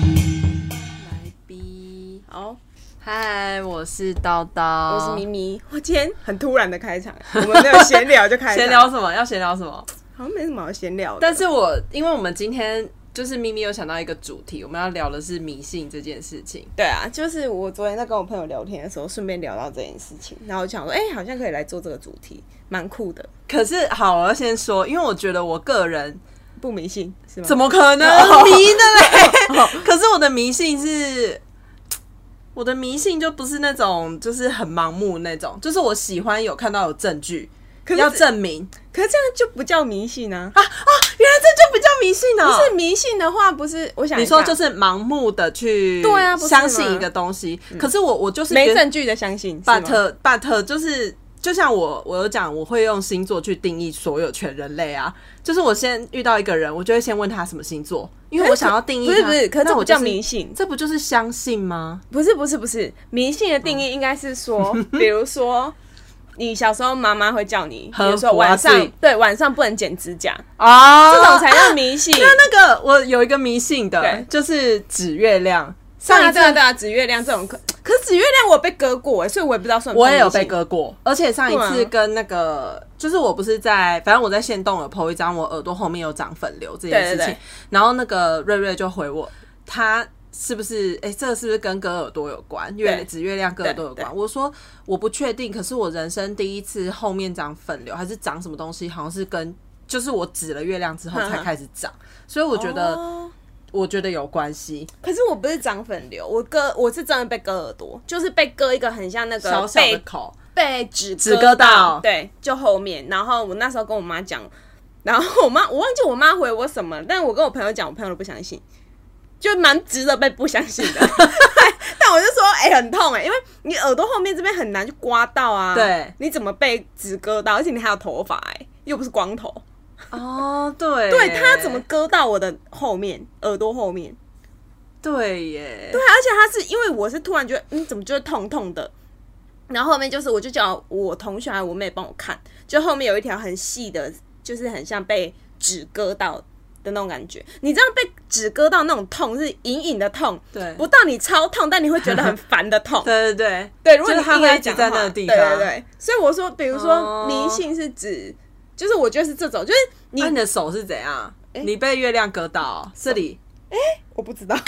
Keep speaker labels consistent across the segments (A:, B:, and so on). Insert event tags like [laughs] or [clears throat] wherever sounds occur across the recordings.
A: 来逼，好，嗨，我是叨叨，
B: 我是咪咪。我今天很突然的开场， [laughs] 我们没有闲聊就开场，
A: 闲聊什么？要闲聊什么？
B: 好像没什么好闲聊的。
A: 但是我因为我们今天就是咪咪有想到一个主题，我们要聊的是迷信这件事情。
B: 对啊，就是我昨天在跟我朋友聊天的时候，顺便聊到这件事情，然后我就想说，哎、好像可以来做这个主题，蛮酷的。
A: 可是好，我要先说，因为我觉得我个人
B: 不迷信是吗？
A: 怎么可
B: [laughs]
A: 能
B: 哦
A: 迷的嘞？可是我的迷信是，我的迷信就不是那种就是很盲目那种，就是我喜欢有看到有证据，
B: 可是
A: 要证明
B: 可是这样就不叫迷信啊！
A: 啊啊，原来这就不叫迷信呢、
B: 不是迷信的话，不是我想一
A: 你
B: 下
A: 说就是盲目的去
B: 对啊不是吗
A: 相
B: 嗯
A: 信一个东西，可是我我就是
B: 没
A: 觉得
B: 证据的相信是吗
A: ，but but 就是就像我我有讲，我会用星座去定义所有全人类啊，就是我先遇到一个人，我就会先问他什么星座，因为我想要定义
B: 不
A: 他
B: 是不是，可是
A: 那
B: 这
A: 我
B: 不叫
A: 就是
B: 迷信，
A: 这不就是相信吗？
B: 不是不是不是，迷信的定
A: 嗯
B: 义应该
A: [laughs]
B: 是说，比如说你小时候妈妈会叫你，比
A: 喝
B: 如说
A: 胡
B: 晚
A: 麻醉
B: 上对晚上不能剪指甲，
A: 啊，
B: 这种才叫迷信。
A: 那那个我有一个迷信的
B: 对，
A: 就是指月亮。
B: 对
A: 上
B: 啊
A: 一次
B: 对啊对啊，指月亮这种可可是指月亮我被割过哎，所以我也不知道算不
A: 我
B: 算迷
A: 也
B: 信。
A: 有被割过，而且上一
B: 对
A: 次
B: 啊
A: 跟那个，就是我不是在，反正我在线动有 PO 一张我耳朵后面有长粉瘤这件事情，
B: 对对对
A: 然后那个瑞瑞就回我，他是不是，哎、这个是不是跟割耳朵有关？月
B: 对
A: 紫月亮割耳朵有关？
B: 对
A: 我说我不确定，可是我人生第一次后面长粉瘤还是长什么东西，好像是跟就是我指了月亮之后
B: 哼哼
A: 才开始
B: [laughs]
A: 长，所以我觉得、
B: 哦
A: 我觉得有关系，
B: 可是我不是长粉瘤，我割我是真的被割耳朵，就是被割一个很像那个
A: 小小的
B: 被
A: 口。
B: 被纸
A: 纸割到
B: 对，就后面。然后我那时候跟我妈讲，然后我妈 [laughs] 我忘记我妈回我什么，但我跟我朋友讲，我朋友都不相信，就蛮值得被不相信的。 [laughs] 但我就说，哎、很痛哎、因为你耳朵后面这边很难去刮到啊。
A: 对
B: 你怎么被纸割到？而且你还有头发哎、又不是光头。
A: 哦，对，
B: 对，他怎么？割到我的后面，耳朵后面？
A: 对耶，
B: 对啊，而且他是因为我是突然觉得，嗯，怎么就是痛痛的，然后后面就是我就叫我同学还有我妹帮我看，就后面有一条很细的，就是很像被纸割到的那种感觉。你知道被纸割到那种痛是隐隐的痛，
A: 对。
B: 不到你超痛，但如果你会觉得很烦的痛
A: [laughs] 对对对
B: 对，如果
A: 就
B: 你
A: 是他
B: 硬要
A: 会一直
B: 讲
A: 在
B: 话
A: 那个地方。
B: 对对对。所以我说，比如说
A: 哦
B: 迷信是指，就是我觉得是这种，就是你
A: 那、你的手是怎样？你被月亮割到哦、这里
B: 我不知道，
A: 超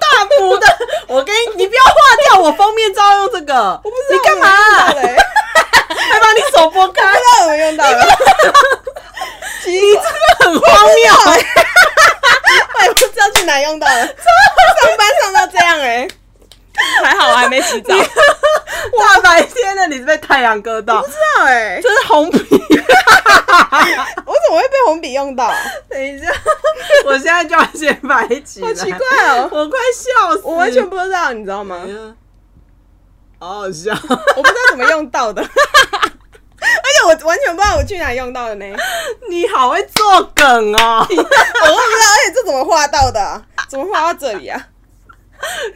A: 大补的， [laughs] 我跟你，你不要划掉，我封面照用这个，
B: 我不知道
A: 你干嘛、
B: 我没用到嘞
A: 还把你手拨开，
B: 那我没用到
A: [laughs]
B: 了。 [laughs] 你
A: 很荒
B: [laughs]
A: 谬、
B: 我也不知道去哪用到了，上班上到这样哎、还好我还
A: [laughs]
B: 没洗澡，不知
A: 大白天的你是被太阳割到，
B: 道哎、
A: 这是红皮。
B: 我怎么会被红笔用到？啊
A: 等一下，我现在就要先白起来，
B: [laughs] 好奇怪哦
A: 我快笑死，哎
B: [laughs] 我完全不知道，你知道吗？
A: 好好
B: [laughs]
A: 笑。
B: 我不知道怎么用到的，而 [laughs] 且我完全不知道我去哪用到的呢， [laughs]
A: 你好会做梗哦， [laughs]
B: 我都不知道，而且这怎么画到的啊、怎么画到这里啊？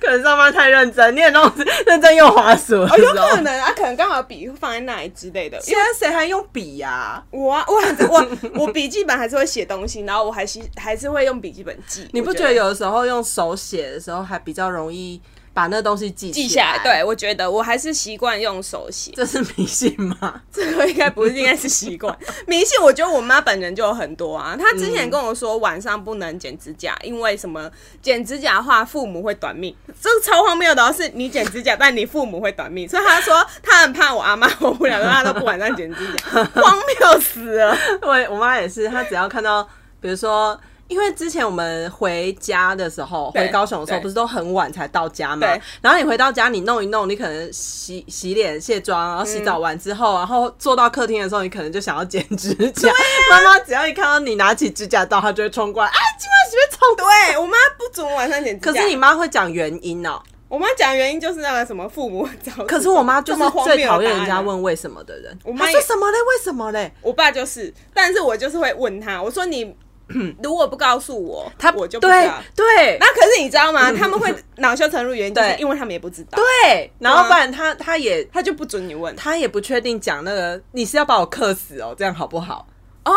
A: 可能上班太认真，你也弄认真用滑鼠的时候。
B: 哦，有
A: [laughs]
B: 可能啊，可能刚好笔放在那里之类的。因
A: 现
B: 为
A: 在谁还用笔呀、
B: 我啊，我很我我笔记本还是会写东西，然后我还是还是会用笔记本记。
A: 你不
B: 我
A: 觉得有的时候用手写的时候还比较容易把那东西记
B: 记
A: 下
B: 下来？对，我觉得我还是习惯用手写。
A: 这是迷信吗？
B: 这个应该不是，应该是习惯。 [laughs] 迷信，我觉得我妈本人就有很多啊。她之
A: 嗯
B: 前跟我说晚上不能剪指甲，因为什么？剪指甲的话，父母会短命。这个超荒谬的哦，是你剪指甲，但你父母会短命。所以她说她很怕我阿妈活不了，所以她都不晚上剪指甲，荒谬死
A: [laughs]
B: 了。
A: 我我妈也是，她只要看到，比如说。因为之前我们回家的时候，
B: 对
A: 回高雄的时候，
B: 对
A: 不是都很晚才到家嘛
B: 对？
A: 然后你回到家，你弄一弄，你可能洗洗脸、卸妆，然后洗
B: 嗯
A: 澡完之后，然后坐到客厅的时候，你可能就想要剪指甲。
B: 啊
A: 妈妈只要一看到你拿起指甲刀，她就会冲过来，啊，今晚随便冲。
B: 对我妈不准我晚上剪指
A: 可
B: 甲，
A: 是你妈会讲原因哦、
B: 我妈讲的原因就是那个什么父母早。
A: 可是我妈就
B: 这么
A: 是
B: 荒谬
A: 最
B: 的
A: 讨厌人
B: 答
A: 家
B: 案啊
A: 问为什么的人。
B: 我妈
A: 她
B: 也
A: 说什么嘞？为什么嘞？
B: 我爸就是，但是我就是会问他，我说你 [clears throat] 如果不告诉我，
A: 他
B: 我就不知
A: 对
B: 道。啊
A: 对
B: 那可是你知道吗？他们会恼羞成怒，原因就是
A: 对
B: 因为他们也不知道，
A: 对，然后
B: 对啊
A: 不然他他也
B: 他就不准你问
A: 他也不确定讲那个你是要把我克死哦，这样好不好？
B: 哦。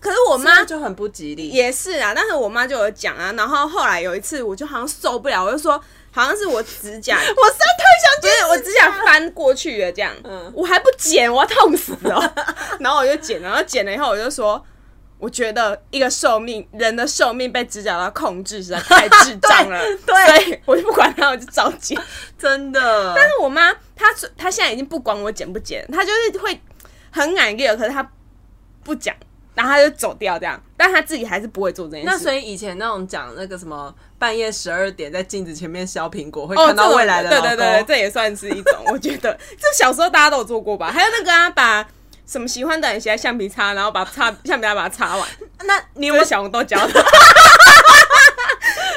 B: 可是我
A: 我
B: 妈
A: 就很不吉利。
B: 也是啊，但是我妈就有讲啊，然后后来有一次我就好像受不了，我就说好像是我指
A: [laughs]
B: 甲，
A: 我实在太
B: 不是我指甲翻过去了这样，
A: 嗯
B: 我还不剪，我要痛死
A: [laughs]
B: 了。然后我就剪，然后剪了以后我就说。我觉得一个寿命，人的寿命被指甲刀控制实在太智障了，
A: [laughs] 对
B: [laughs] 所以我就不管它，我就照剪。
A: 想真的，
B: [laughs] 但是我妈她她现在已经不管我剪不剪，她就是会很感热，可是她不讲，然后她就走掉这样，但她自己还是不会做这件事。
A: 那所以以前那种讲那个什么半夜十二点在镜子前面削苹果，会
B: 哦，
A: 看到
B: 这种
A: 未来的
B: 对
A: 老公，
B: 对对，这也算是一种， [laughs] 我觉得这小时候大家都有做过吧。还有那个啊，把什么喜欢的人写在橡皮擦，然后把擦橡皮擦把它擦完，
A: 那你
B: 因
A: 们
B: 为小红豆教的。 [laughs]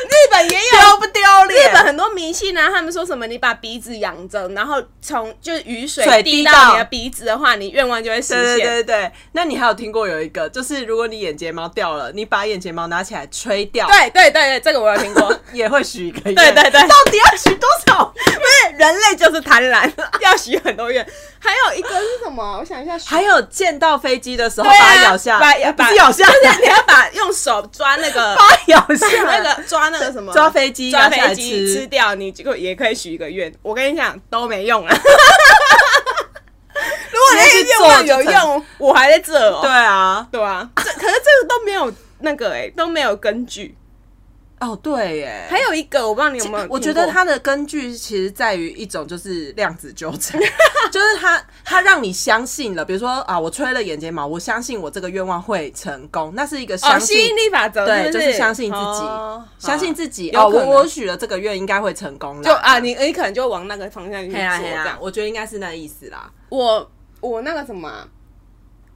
B: 日本也有。
A: 丢不丢
B: 日
A: 脸？
B: 本很多迷信啊，他们说什么你把鼻子养着，然后从就是雨水
A: 水
B: 滴
A: 滴
B: 到
A: 到
B: 你的鼻子的话，你愿望就会实
A: 对对
B: 现。
A: 对对对，那你还有听过有一个，就是如果你眼睫毛掉了，你把眼睫毛拿起来吹掉，
B: 对对对对，这个我有听过。不
A: 也会许一个愿。
B: 对对对
A: 到底要许多 [laughs] 少？
B: 是人类就是贪婪，要许很多愿。还有一个是什么？我想一下，
A: 还有见到飞机的时候
B: 对
A: 把
B: 啊
A: 它咬下，
B: 把把
A: 不是咬下，
B: 就是你要把用手抓那个
A: 把它咬
B: [laughs]
A: 下 [laughs]
B: 那个抓那个什么
A: 啊抓飞机
B: 抓
A: 拿下
B: 飞
A: 来
B: 机
A: 吃
B: 吃掉，你这个也可以许一个愿。我跟你讲都没用
A: [laughs]
B: 啊。如果那
A: 直
B: 些
A: 接去
B: 愿
A: 做
B: 望有
A: 就成
B: 用，我还在这哦。
A: 对啊，
B: 对啊，这可是这个都没有那个哎、都没有根据。
A: 哦对耶，
B: 还有一个我不知道你有没有听过，
A: 我觉得它的根据其实在于一种就是量子纠缠， [laughs] 就是它它让你相信了，比如说啊，我吹了眼睫毛，我相信我这个愿望会成功，那是一个
B: 哦
A: 相
B: 吸
A: 信
B: 引，力法则，
A: 对
B: 是不
A: 就是相信自己
B: 哦
A: 相信自己
B: 有
A: 哦，
B: 可能
A: 我我许了这个愿应该会成功啦
B: 就啊，你你可能就往那个方向去做
A: 嘿
B: 这
A: 啦嘿啊啦
B: 样，。
A: 我觉得应该是那意思啦。
B: 我我那个什么啊、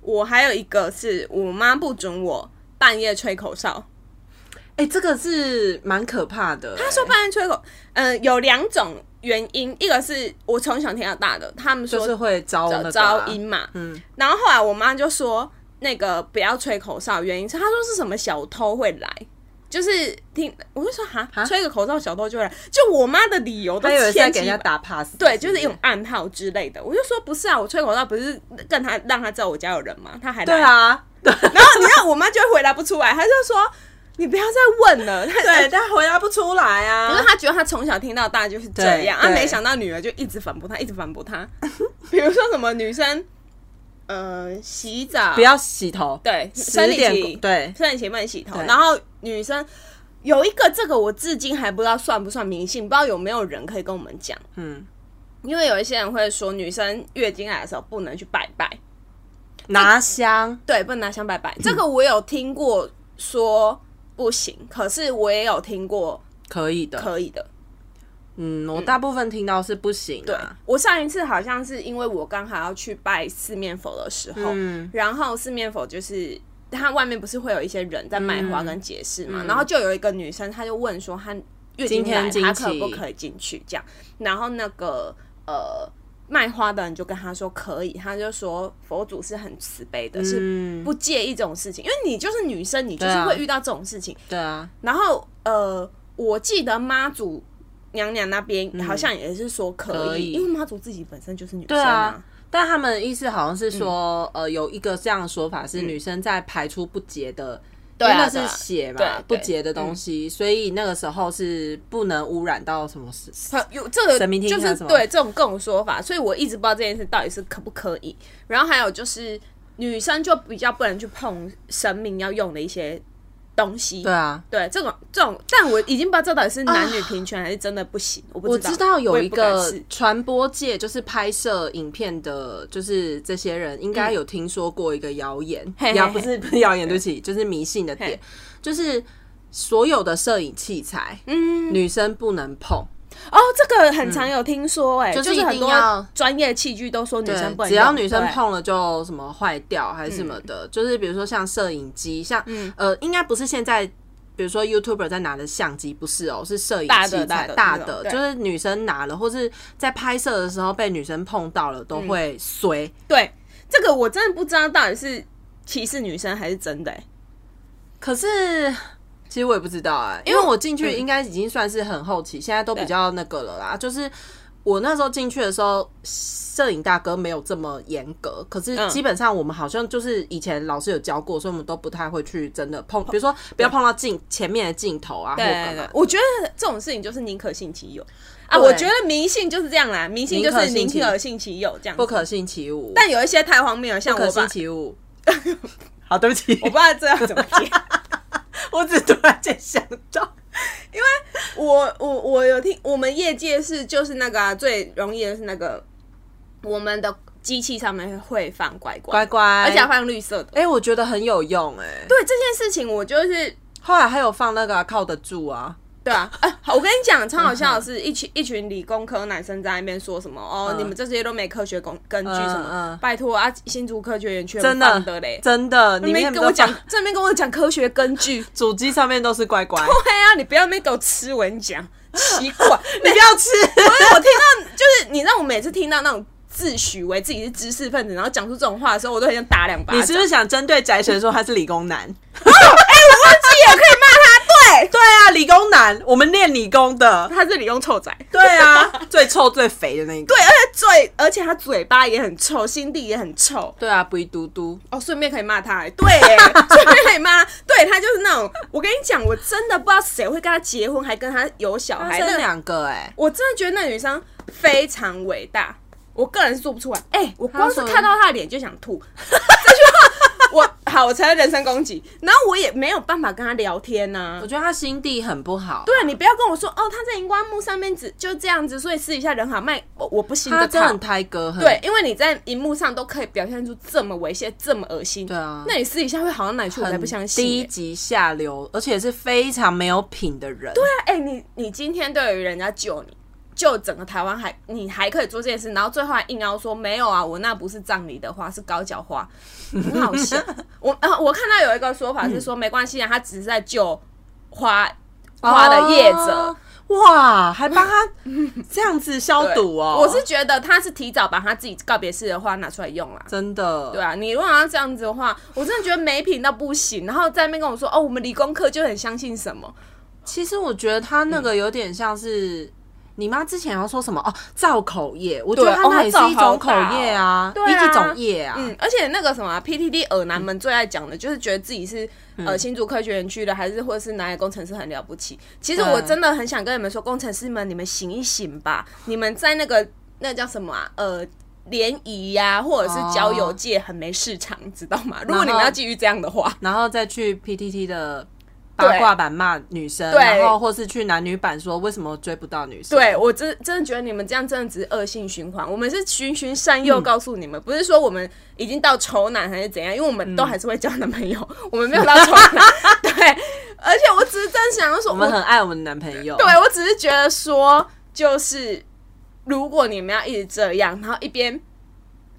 B: 我还有一个是我妈不准我半夜吹口哨。
A: 哎、这个是蛮可怕的、哎
B: 她说半夜吹口，呃，有两种原因，一个是我从小听到大的，他们
A: 就是
B: 说
A: 会招那
B: 招
A: 个啊
B: 招阴，嘛，
A: 嗯，
B: 然后后来我妈就说那个不要吹口哨，原因是她说是什么小偷会来。就是听，我就说哈，
A: 哈
B: 吹个口哨，小偷就会来。就我妈的理由都
A: 他有人在
B: 千
A: 给人
B: 奇
A: 家
B: 百
A: 打 pass，
B: 对，就是一
A: 有
B: 种暗号之类的。我就说不是啊，我吹口哨不是跟他让他知道我家有人吗？他还来
A: 对啊，对
B: 然后你知道我妈就会回答不出来，她就说你不要再问了。她
A: 对，但回答不出来
B: 可是
A: 啊。
B: 她觉得她从小听到大就是这样，
A: 对对
B: 啊，没想到女儿就一直反驳她，一直反驳她。 [laughs] 比如说什么女生，呃，洗澡
A: 不要洗头，
B: 对生
A: 十
B: 理
A: 点
B: 期，
A: 对，
B: 生理期不能洗头，
A: 对
B: 然后女生。有一个这个我至今还不知道算不算迷信，不知道有没有人可以跟我们讲，
A: 嗯，
B: 因为有一些人会说女生月经来的时候不能去拜拜，
A: 拿香，
B: 对，不能拿香拜
A: 嗯
B: 拜。这个我有听过说不行，可是我也有听过
A: 可以的，
B: 可以的。
A: 嗯，我大部分听到是不行
B: 对
A: 啊，
B: 我上一次好像是因为我刚好要去拜四面佛的时候，
A: 嗯
B: 然后四面佛就是。它外面不是会有一些人在卖花跟解释嘛？
A: 嗯
B: 然后就有一个女生，她就问说她月经
A: 今天
B: 来，
A: 经
B: 她可不
A: 期
B: 可以进去这样？然后那个呃卖花的人就跟她说可以，她就说佛祖是很慈悲的，是
A: 嗯，
B: 不介意这种事情，因为你就是女生，你就是
A: 对啊
B: 会遇到这种事情。
A: 对啊，
B: 然后呃，我记得妈祖娘娘那边好像也是说
A: 嗯
B: 可以，
A: 可以
B: 因为妈祖自己本身就是女生
A: 对啊。但他们意思好像是说，
B: 嗯
A: 呃，有一个这样的说法是，女生在排出不洁的，
B: 对
A: 因为
B: 啊，
A: 那
B: 对啊
A: 是血
B: 对
A: 嘛
B: 对，嗯
A: 不洁的东西，所以那个时候是不能污染到什么事。
B: 它有这个
A: 神明听
B: 就
A: 还
B: 是
A: 是什么
B: 对这种各种说法，所以我一直不知道这件事到底是可不可以。然后还有就是女生就比较不能去碰神明要用的一些东西，
A: 对啊，
B: 对这种这种，但我已经不知道这到底是男女平权还是真的不行，我不
A: 我
B: 知道。
A: 知道有
B: 我也
A: 一
B: 不敢
A: 个
B: 试
A: 传播界，就是拍摄影片的，就是这些人应该有听说过一个谣言，
B: 嗯嘿嘿
A: 谣
B: 嘿
A: 不是不是谣言，对不
B: [laughs]
A: 起，就是迷信的
B: 嘿
A: 点，就是所有的摄影器材，
B: 嗯，
A: 女生不能碰，
B: 哦，这个很常有听说、哎、
A: 嗯就是
B: 就
A: 一定
B: 很多
A: 要
B: 专业器具都说女生不能用，
A: 只要女生
B: 对，嗯
A: 碰了就什么坏掉还是什么的，就是比如说像摄影机，像、呃，应该不是现在。比如说 YouTuber 在拿的相机不是哦，是摄影
B: 大
A: 器
B: 的
A: 材
B: 大的
A: 大
B: 那种
A: 的，
B: 对
A: 就是女生拿了，或是在拍摄的时候被女生碰到了，都
B: 嗯
A: 会衰。
B: 欸
A: 啊
B: 对这个我真的不知道到底是歧视女生还是真的、哎
A: 可是其实我也不知道哎、因为我进去应该已经算是很后期，现在都比较那个了啦。就是我那时候进去的时候，摄影大哥没有这么严格，可是
B: 嗯
A: 基本上我们好像就是以前老师有教过，所以我们都不太会去真的碰，比如说不要碰到镜前面的镜头啊，或干
B: 对对
A: 嘛，。
B: 我觉得这种事情就是宁可信其有
A: 对
B: 啊。我觉得迷信就是这样啦，迷信就是
A: 宁可信
B: 宁
A: 其
B: 可信其有这样子。
A: 不可信其无，
B: 但有一些太荒谬了，像
A: 不
B: 我
A: 可
B: 把
A: 信其无。 [laughs] 好，对不起，
B: 我不知道这要怎么
A: [laughs]
B: 接。
A: 我只突然间想到，
B: 我我我有听，我们业界是就是那个、啊、最容易的是那个我们的机器上面会放乖乖，
A: 乖乖，
B: 而
A: 而
B: 且还放绿色的。
A: 哎、我觉得很有用哎、
B: 对这件事情，我就是
A: 后来还有放那个啊、靠得住啊，
B: 对啊，哎、好我跟你讲，超好笑的是，一群一群理工科男生在那边说什么哦，
A: 嗯
B: 你们这些都没科学根根据什么，
A: 嗯嗯
B: 拜托啊，新竹科学园区
A: 真
B: 的
A: 的
B: 的嘞，
A: 真的，你
B: 你
A: 面
B: 没跟我讲
A: 都放，
B: 这边跟我讲科学根据， [laughs]
A: 主机上面都是 [laughs] 乖乖，你
B: 对啊，你不要没给我吃文讲，奇
A: [laughs]
B: 怪，
A: 不要吃，
B: [laughs] 不是我听到，就是你让我每次听到那种自诩为自己是知识分子，然后讲出这种话的时候，我都很想打两巴掌。
A: 你是不是想针对宅神说他是理工男？
B: 自己也可以骂他？对，
A: [laughs] 对啊，理工男，我们练理工的，
B: 他是理工臭仔。
A: 对啊， [laughs] 最臭最肥的那一个，
B: 对，而且嘴，而且他嘴巴也很臭，心地也很臭。
A: 对啊，不一嘟嘟，
B: 哦，顺便可以骂他、欸，
A: [laughs]
B: 对、欸，顺便可以骂他，对他就是那种，我跟你讲，我真的不知道谁会跟他结婚，还跟他有小
A: 他
B: 孩，
A: 生
B: 那
A: 两哦个哎、
B: 我真的觉得那女生非常伟大，我个人是做不出来。哎、我光是
A: 她说
B: 看到她的脸就想吐，这句话我好，我承认人身攻击，然后我也没有办法跟她聊天呐、
A: 我觉得他心地很不好，
B: 对你不要跟我说哦，她在荧光幕上面只就这样子，所以私底下人好卖，我我不信
A: 他
B: 这
A: 真的
B: 套
A: 很。欸胎哥，很
B: 对，因为你在荧幕上都可以表现出这么猥亵、这么恶心，
A: 对啊
B: 那你私底下会好到哪里去？我才
A: 很
B: 不相信、欸
A: 低级下流，而且是非常没有品的人，对
B: 对啊，哎、你你今天对于人家救你，救整个台湾还你还可以做这件事，然后最后还硬要说没有啊，我那不是葬礼的花，是高脚花，很好
A: [laughs]
B: 笑。我啊，我看到有一个说
A: 嗯
B: 法是说、没关系啊，他只是在救花
A: 哦
B: 花的业者。
A: 哇，还帮他这样子消
B: 对
A: 毒哦！
B: 我是觉得他是提早把他自己告别式的花拿出来用啦。
A: 真的，
B: 对啊，你如果要这样子的话，我真的觉得没品到不行。然后在那边跟我说，哦，我们理工科就很相信什么，
A: 其实我觉得他那
B: 嗯
A: 个有点像是。你妈之前要说什么哦？造口业，我觉
B: 对
A: 得他
B: 哦
A: 那也是一
B: 她造
A: 种
B: 口
A: 口业啊，
B: 大哦对
A: 一
B: 啊
A: 种业啊。
B: 嗯，而且那个什么啊、PTT 耳男们最爱讲的，就是觉得自己是、
A: 嗯
B: 呃新竹科学园区的，还是或者是哪里工程师很了不起。其实我
A: 对
B: 真的很想跟你们说，工程师们，你们醒一醒吧！你们在那个那叫什么啊？呃。联谊呀，或者是
A: 哦
B: 交友界很没市场，你知道吗？如果你们要继续这样的话，
A: 然后再去 PTT 的
B: 对
A: 八卦版骂女生，
B: 对
A: 然后或是去男女版说为什么追不到女生。
B: 对我真真的觉得你们这样真的只是恶性循环。我们是循循
A: 嗯
B: 善诱告诉你们，不是说我们已经到丑男还是怎样，因为我们都还是会交男朋友，
A: 嗯
B: 我们没有到丑
A: [laughs]
B: 男。对，而且我只是真的想要说，
A: 我们
B: 我
A: 很爱我们的男朋友。
B: 对我只是觉得说，就是如果你们要一直这样，然后一边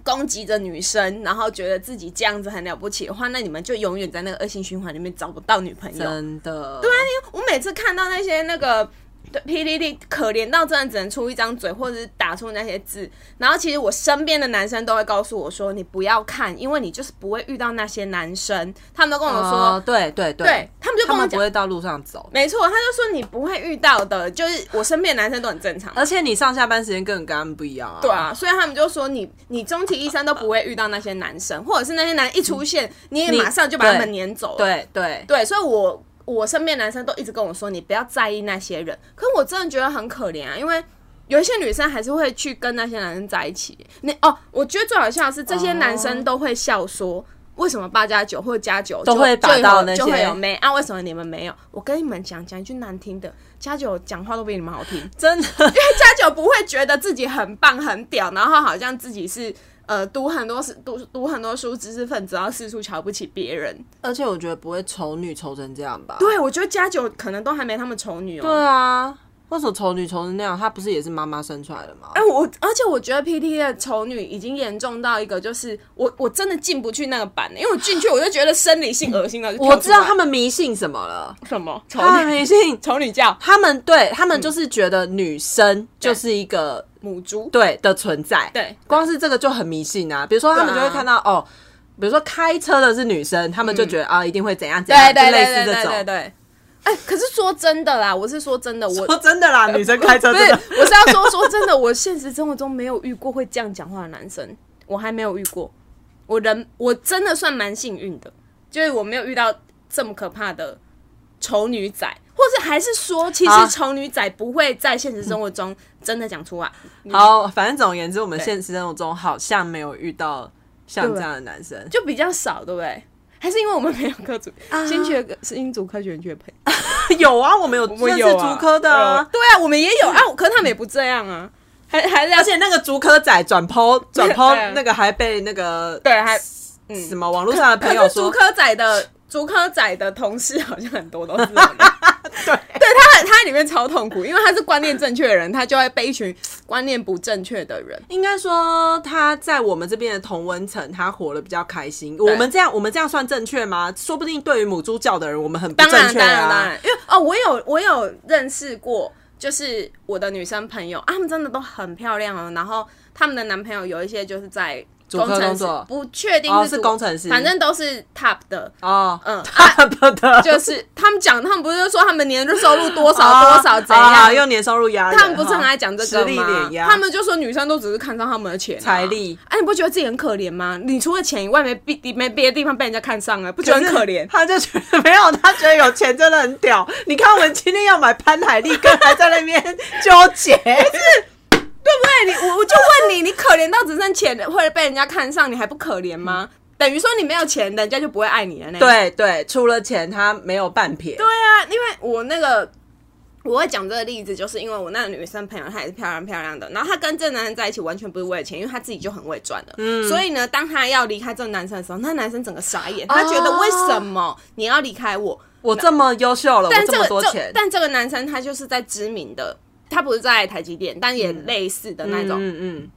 B: 攻击着女生，然后觉得自己这样子很了不起的话，那你们就永远在那个恶性循环里面找不到女朋友。
A: 真的。对
B: 我每次看到那些那个。对 PDD 可怜到真的只能出一张嘴，或者是打出那些字。然后其实我身边的男生都会告诉我说：“你不要看，因为你就是不会遇到那些男生。”他们都跟我说：“
A: 哦，对对对，
B: 对他们就跟
A: 他
B: 我
A: 们不
B: 讲，
A: 会到路上走，
B: 没错，他就说你不会遇到的，就是我身边的男生都很正常。”
A: [laughs] 而且你上下班时间根本跟他们不一样啊。
B: 对啊，所以他们就说你你终其一生都不会遇到那些男生，或者是那些男一出现，你也
A: 嗯你
B: 马上就把他们
A: 对
B: 撵走了。
A: 对对，
B: 对，所以我我身边男生都一直跟我说，你不要在意那些人。可是我真的觉得很可怜啊，因为有一些女生还是会去跟那些男生在一起。你哦，我觉得最好笑的是，这些男生都会笑说。为什么八加九或加九
A: 哦都会打到那
B: 就会
A: 些
B: 有妹啊？为什么你们没有？我跟你们讲，讲一句难听的，加九讲话都比你们好听。 [laughs]
A: 真的。 [laughs]
B: 因为家九不会觉得自己很棒很屌，然后好像自己是呃读很多书读读很多书知识分子，然后四处瞧不起别人。
A: 而且我觉得不会丑女丑成这样吧？
B: 对，我觉得家九可能都还没他们丑女哦、
A: 对啊，为什么丑女丑成那样？她不是也是妈妈生出来的吗？
B: 哎、我而且我觉得 P T 的丑女已经严重到一个，就是我我真的进不去那个版、因为我进去我就觉得生理性恶心了。就跳
A: 我
B: 出
A: 知道
B: 来
A: 他们迷信什么了，
B: 什么 [laughs]
A: [laughs]
B: 丑
A: 他们
B: 女
A: 迷信，
B: 丑女叫
A: 他们对他们就是觉得女生就是一个
B: 母猪，
A: 嗯对的存在，
B: 对
A: 光是这个就很迷信啊。比如说他们就会看到哦。比如说开车的是女生，他们就觉得、啊一定会怎样怎样，
B: 对
A: 就
B: 对
A: 类似
B: 对对
A: 这
B: 对
A: 种。
B: 对对。哎，可是说真的啦，我是说真的，我
A: [laughs] 说真的啦，女生开车
B: 不
A: 真
B: 是
A: 的，
B: 我是要说说真的，我现实生活中没有遇过会这样讲话的男生，我还没有遇过。我人我真的算蛮幸运的，就是我没有遇到这么可怕的丑女仔，或者还是说，其
A: 好
B: 实丑女仔不会在现实生活中真的讲出来。
A: 好，反正总而言之，我们
B: 对
A: 现实生活中好像没有遇到像这样的男生。 [laughs]
B: 就比较少，对不对？还是因为我们没有科组，
A: 啊
B: 新学是英组科学园区的朋友，
A: 有啊，我们有认识竹科的啊，
B: 对啊，我们也有啊，可是他们也不这样啊，还还是要
A: 而且那个竹科仔转抛转抛 [laughs]
B: 对啊
A: 那个还被那个
B: 对，还
A: 什么网络上的朋友
B: 可是竹
A: 说，
B: 科仔的竹科仔的同事好像很多都是这种人对，对他很他在里面超痛苦，因为他是观念正确的人，他就会被一群观念不正确的人。
A: 应该说他在我们这边的同温层，他活得比较开心。我们这样我们这样算正确吗？说不定对于母猪教的人，我们很不
B: 当
A: 正
B: 然，
A: 确
B: 当然，当
A: 啊。
B: 然，因为哦，我有我有认识过，就是我的女生朋友啊，她们真的都很漂亮哦。然后她们的男朋友有一些就是在
A: 主科
B: 工程
A: 工
B: 师
A: 作，
B: 不确定
A: 哦
B: 是
A: 是
B: 主
A: 工程师
B: 反正都是 top 的。
A: 哦，
B: 嗯
A: 他的
B: 就是他们讲，他们不是说他们年入收入多少
A: 哦
B: 多少怎
A: 啊
B: 样？
A: 用年收入压人，
B: 他们不是很爱讲这
A: 实
B: 个
A: 力
B: 吗
A: 碾？压
B: 他们就说女生都只是看上他们的钱啊、
A: 财力
B: 哎、你不觉得自己很可怜吗？你除了钱以外，没别没别的地方被人家看上了，不觉
A: 就
B: 得很可怜？
A: 他就觉得没有，他觉得有钱真的很屌。你看我们今天要买潘海利根，还在那边纠结。
B: 对不对？你我我就问你，你可怜到只剩钱了，或者被人家看上，你还不可怜吗？等于说你没有钱，人家就不会爱你了呢。
A: 嗯对对，除了钱他没有半撇。
B: 对啊，因为我那个我会讲这个例子，就是因为我那个女生朋友她也是漂亮漂亮的，然后她跟这个男人在一起完全不是为了钱，因为她自己就很会赚的，所以呢，当她要离开这个男生的时候，那男生整个傻眼，他觉得为什么你要离开我？
A: 我这么优秀了，
B: 但
A: 我
B: 这
A: 这么
B: 个
A: 多
B: 这
A: 钱，
B: 但这个男生他就是在知名的，他不是在台积电，但也类似的那种，
A: 嗯嗯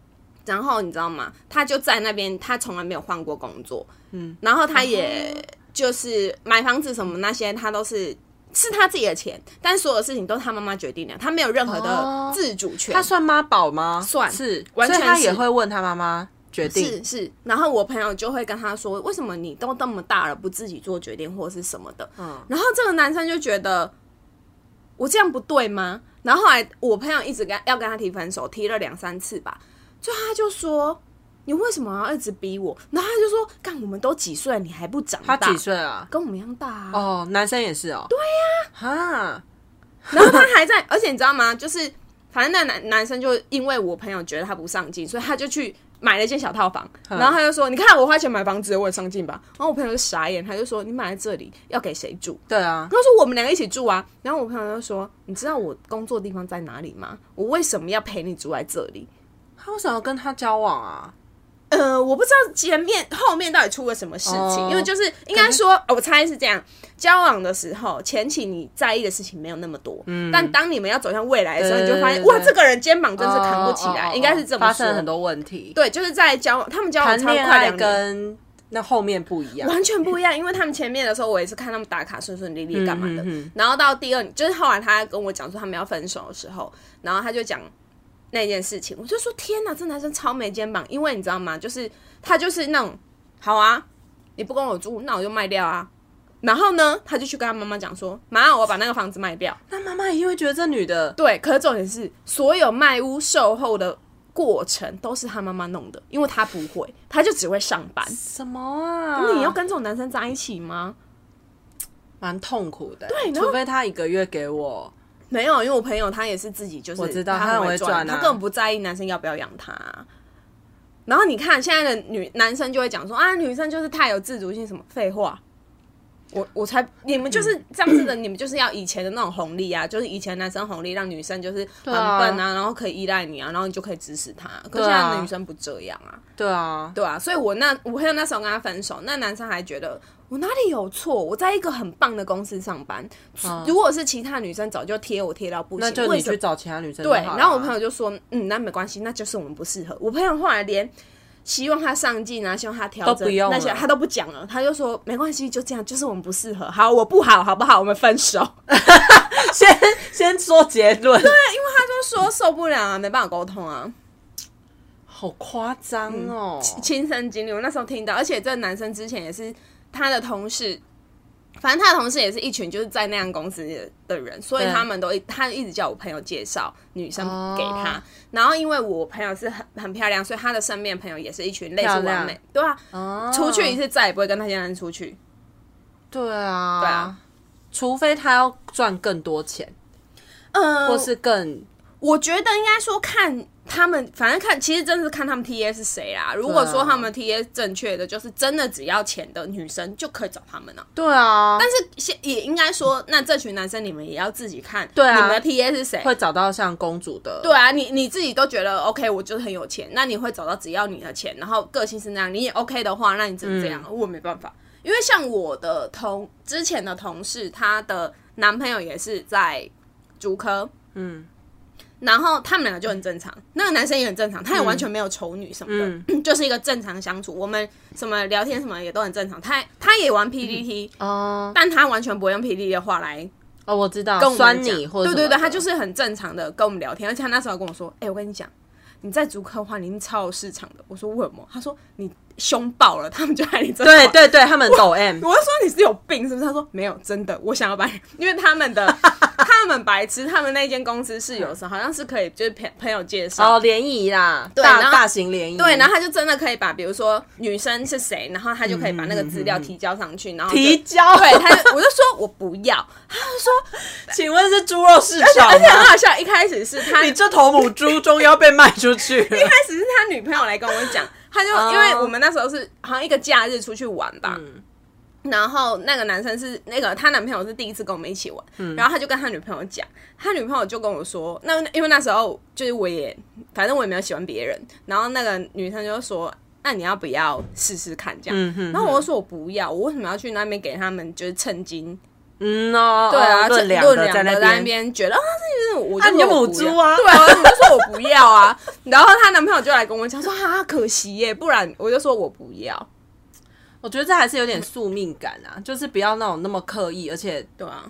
B: 然后你知道吗？他就在那边，他从来没有换过工作，嗯，然后他也就是买房子什么那些，他都是是他自己的钱，但所有事情都是他妈妈决定的，他没有任何
A: 哦
B: 的自主权。
A: 他算妈宝吗？
B: 算
A: 是，
B: 完全
A: 所以他
B: 是
A: 也会问他妈妈决定。
B: 是是，然后我朋友就会跟他说，为什么你都这么大了，不自己做决定或是什么的？
A: 嗯
B: 然后这个男生就觉得我这样不对吗？然后后来我朋友一直跟要跟他提分手，提了两三次吧，最后他就说。你为什么要一直逼我？然后他就说：“干，我们都几岁了，你还不长
A: 他
B: 大？
A: 几岁啊？
B: 跟我们一样大啊。
A: 哦，男生也是哦。对呀，哈，
B: 然后他还在，而且你知道吗？就是反正那男男生就因为我朋友觉得他不上进，所以他就去买了一间小套房，然后他就说：“你看我花钱买房子，我很上进吧？”然后我朋友就傻眼，他就说：“你买在这里要给谁住？”
A: 对啊，
B: 他说：“我们两个一起住啊。”然后我朋友就说：“你知道我工作地方在哪里吗？我为什么要陪你住在这里？”
A: 他为什么要跟他交往啊？
B: 呃，我不知道前面后面到底出了什么事情，
A: 哦
B: 因为就是应该说，呃我猜是这样：交往的时候，前期你在意的事情没有那么多，但当你们要走向未来的时候，
A: 对
B: 你就发现
A: 嗯对对
B: 哇，这个人肩膀真是扛不起
A: 哦哦
B: 来，
A: 哦
B: 应该是这么
A: 发
B: 说。
A: 生了很多问题。
B: 对，就是在交往，他们交往
A: 谈
B: 超快
A: 恋爱
B: 两年。
A: 跟那后面不一样。
B: 完全不一样，因为他们前面的时候，我也是看他们打卡顺顺利利干嘛的，
A: 嗯嗯嗯
B: 然后到第二，就是后来他跟我讲说他们要分手的时候，然后他就讲那件事情，我就说天哪，这男生超没肩膀，因为你知道吗？就是他就是那种，好啊，你不跟我住，那我就卖掉啊。然后呢，他就去跟他妈妈讲说，妈，我要把那个房子卖掉。
A: 那妈妈一定会觉得这女的
B: 对，可是重点是，所有卖屋售后的过程都是他妈妈弄的，因为他不会，他就只会上班。
A: 什么啊？
B: 那你要跟这种男生在一起吗？
A: 蛮痛苦的欸、
B: 对然后
A: 除非他一个月给我，
B: 没有，因为我朋友他也是自己就是，
A: 我知道
B: 他
A: 他很
B: 会
A: 会
B: 赚，
A: 赚啊
B: 他根本不在意男生要不要养他啊、然后你看现在的女男生就会讲说啊，女生就是太有自主性，什么废话。我我才你们就是这样子的，你们就是要以前的那种红利啊，就是以前男生红利让女生就是很笨
A: 啊
B: 啊，然后可以依赖你啊，然后你就可以指使他。可
A: 对
B: 是
A: 啊
B: 现在的女生不这样啊，
A: 对啊，
B: 对啊，所以我那我朋友那时候跟他分手，那男生还觉得我哪里有错？我在一个很棒的公司上班，如果是其他女生早就贴我贴到不
A: 嗯
B: 行，
A: 那就
B: 为
A: 你
B: 什么
A: 去找其他女生就好
B: 对，
A: 了啊。
B: 然后我朋友就说，嗯，那没关系，那就是我们不适合。我朋友后来连希望他上进啊，希望他调
A: 都
B: 整
A: 不用
B: 那些，
A: 了
B: 他都不讲了，他就说没关系，就这样，就是我们不适合。好，我不好，好不好？我们分手。
A: 先先说结论，
B: 他就说受不了啊，没办法沟通啊。
A: 好夸张
B: 嗯
A: 哦！
B: 亲身经历，我那时候听到，而且这男生之前也是他的同事，反正他的同事也是一群就是在那样公司的人，所以
A: 对
B: 他们都一他一直叫我朋友介绍女生
A: 哦
B: 给他，然后因为我朋友是很很漂亮，所以他的身边朋友也是一群类似
A: 漂亮
B: 完美，对啊，
A: 哦
B: 出去一次再也不会跟那些人出去，
A: 对啊，
B: 对啊，
A: 除非他要赚更多钱，
B: 嗯，
A: 或是更
B: 我觉得应该说看他们，反正看，其实真的是看他们 T A 是谁啦。如
A: 啊
B: 果说他们 T A 正确的，就是真的只要钱的女生就可以找他们了、
A: 对啊，
B: 但是现也应该说，那这群男生你们也要自己看，
A: 对啊
B: 你们的 T A 是谁？
A: 会找到像公主的，
B: 对啊，你你自己都觉得 OK，我就是很有钱，那你会找到只要你的钱，然后个性是那样，你也 OK 的话，那你只能这样，我没办法。因为像我的同之前的同事，她的男朋友也是在竹科，
A: 嗯，
B: 然后他们两个就很正常，那个男生也很
A: 嗯
B: 正常，他也完全没有丑女什么的， [clears throat] 就是一个正常相处。我们什么聊天什么也都很正常，他他也玩 PPT，、
A: 哦
B: 但他完全不会用 PPT 的话来
A: 哦，我知道
B: 跟我，们
A: 酸
B: 讲
A: 你或者
B: 对
A: 什
B: 对
A: 么
B: 对，
A: 的
B: 他就是很正常的跟我们聊天，而且他那时候跟我说：“哎、我跟你讲，你在竹科的话，你一定超有市场的。”我说：“为什么？”他说：“你凶爆了，他们就爱你这款。”
A: 对对对，他们抖 M，
B: 我就说你是有病是不是？他说没有，真的，我想要把你，因为他们的他们白痴，他们那间公司是有时候好像是可以就是朋朋友介绍，嗯
A: 哦，联谊啦，
B: 对然
A: 大
B: 后
A: 大型联谊，
B: 对，然后他就真的可以把比如说女生是谁，然后他就可以把那个资料提交上去，然后就
A: 提交，
B: 对，他就我就说我不要，
A: 请问是猪肉市场
B: 而且很
A: 吗？
B: 好笑，一开始是他
A: 你这头母猪终于要被卖出去了，
B: 一开始是他女朋友来跟我讲，
A: [laughs]
B: 他就
A: 哦嗯
B: 因为我们那时候是好像一个假日出去玩吧，然后那个男生是那个她男朋友是第一次跟我们一起玩，
A: 嗯
B: 然后他就跟他女朋友讲，他女朋友就跟我说，那因为那时候就是我也反正我也没有喜欢别人，然后那个女生就说。那你要不要试试看这样？
A: 嗯哼
B: 然后我就说我不要，我为什么要去那边给他们就是趁金？
A: 嗯哦，
B: 对啊，
A: 哦
B: 这
A: 论两
B: 论
A: 个
B: 两
A: 在
B: 个
A: 那
B: 在那
A: 边，
B: 边觉得啊，这就是我
A: 啊你就
B: 说我
A: 母
B: 不要
A: 猪啊
B: 对啊，我就说我不要啊。然后她男朋友就来跟我讲说啊，可惜耶，不然我就说我不要。
A: 我觉得这还是有点宿命感
B: 嗯
A: 啊，就是不要那种那么刻意，而且
B: 对啊，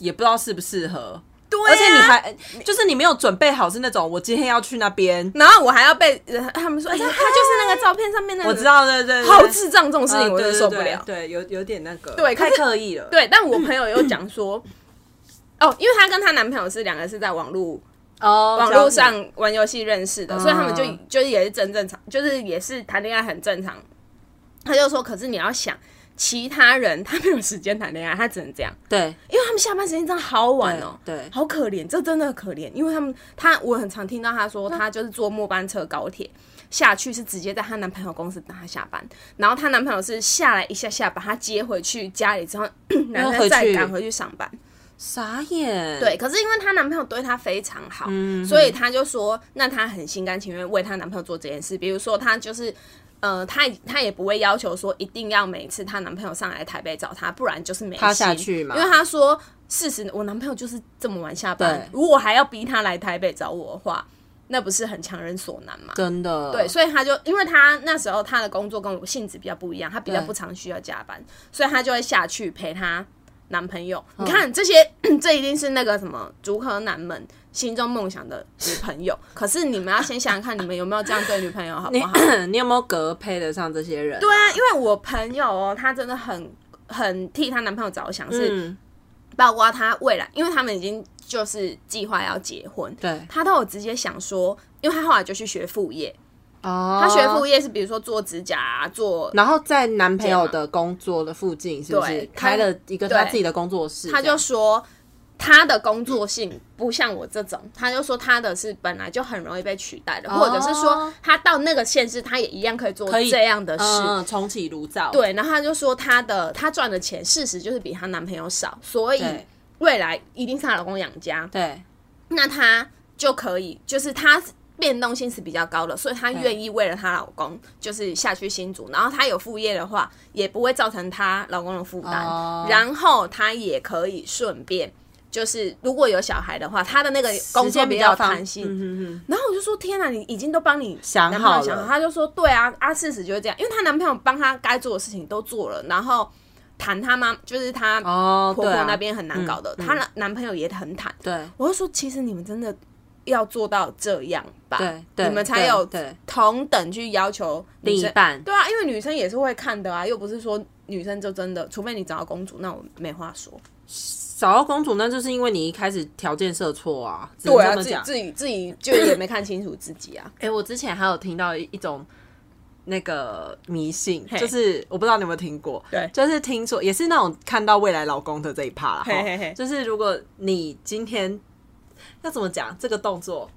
A: 也不知道适不适合，
B: 对啊
A: 而且你还就是你没有准备好是那种我今天要去那边，
B: 然后我还要被呃他们说，哎呀，他就是那个照片上面那个，
A: 我知道，对对，对
B: 嗯好智障这种事
A: 嗯
B: 情，我
A: 对
B: 真的
A: 对
B: 受不
A: 对
B: 了。
A: 对，有有点那个，
B: 对可
A: 太
B: 是
A: 刻意了，
B: 对，但我朋友有讲说，哦，因为她跟她男朋友是两个是在网络
A: 哦，
B: 网
A: 交
B: 络
A: 友
B: 上玩游戏认识的，所以他们就
A: 嗯
B: 就是也是真正常，就是也是谈恋爱很正常。他就说，可是你要想，其他人他没有时间谈恋爱，他只能这样，
A: 对
B: 因为他们下班时间真的好晚哦、
A: 对对
B: 好可怜，这真的很可怜，因为他们他我很常听到他
A: 嗯
B: 说，他就是坐末班车高铁。下去是直接在她男朋友公司等她下班，然后她男朋友是下来一下下把她接回去家里之后，然后
A: 回
B: 再
A: 去
B: 赶回去上班。
A: 傻眼，
B: 对，可是因为她男朋友对她非常好，
A: 嗯
B: 所以她就说，那她很心甘情愿为她男朋友做这件事。比如说，她就是，呃，她她也不会要求说一定要每次她男朋友上来台北找她，不然就是没
A: 她下
B: 心
A: 去嘛
B: 因为她说，事实我男朋友就是这么晚下班
A: 对，
B: 如果还要逼他来台北找我的话，那不是很强人所难嘛？
A: 真的
B: 对，，所以他就因为他那时候他的工作跟我性质比较不一样，他比较
A: 对
B: 不常需要加
A: 嗯
B: 班，所以他就会下去陪她男朋友。你看这些， [coughs] 这一定是那个什么竹科男们心中梦想的女朋友。可是你们要先想想看，你们有没有这样对女朋友好不好？
A: 你你有没有格配得上这些人？
B: 对啊，因为我朋友哦，她真的很很替她男朋友着想，是
A: 嗯，
B: 包括她未来，因为他们已经就是计划要结婚，
A: 对，
B: 她都有直接想说，因为她后来就去学副业，
A: 哦，
B: 她学副业是比如说做指甲、啊、做
A: 然后在男朋友的工作的附近，是不是
B: 对他
A: 开了一个他
B: 对
A: 自己的工作室？
B: 他就说他的工作性不像我这种，他就说他的是本来就很容易被取代的，
A: 哦
B: 或者是说他到那个县市他也一样可以做
A: 可以
B: 这样的事。
A: 嗯，重启炉灶，
B: 对，然后他就说他的他赚的钱事实就是比她男朋友少，所以
A: 对
B: 未来一定是她老公养家，
A: 对，
B: 那她就可以就是她变动性是比较高的，所以她愿意为了她老公就是下去新竹，然后她有副业的话，也不会造成她老公的负担，
A: 哦
B: 然后她也可以顺便。就是如果有小孩的话，她的那个工
A: 时
B: 作
A: 间
B: 比
A: 比
B: 较有
A: 较方
B: 弹性。
A: 嗯嗯
B: 然后我就说：“天哪，你已经都帮你
A: 想
B: 男朋友
A: 好
B: 想
A: 了
B: 他就说：“对啊，啊，事实就是这样，因为她男朋友帮她该做的事情都做了，然后谈她妈就是她
A: 嗯，哦，
B: 婆
A: 对
B: 婆
A: 啊
B: 那边很难搞的，
A: 嗯
B: 她、男朋友也很坦，
A: 对，
B: 我就说，其实你们真的要做到这样吧，
C: 对对
B: 你们才有
C: 对对
B: 同等去要求女生
C: 另一半
B: 对啊，因为女生也是会看的啊，又不是说女生就真的，除非你找到公主，那我没话说。
C: 找到公主，那就是因为你一开始条件设错啊，只能
B: 对啊，
C: 这么
B: 自己
C: 讲。
B: 自己自己就也没看清楚自己啊。
A: 哎、我之前还有听到一种那个迷信，
B: 嘿
A: 就是我不知道你有没有听过，
B: 对
A: 就是听说也是那种看到未来老公的这一趴啦，
B: 嘿
A: 齁
B: 嘿嘿
A: 就是如果你今天要怎么讲这个动作，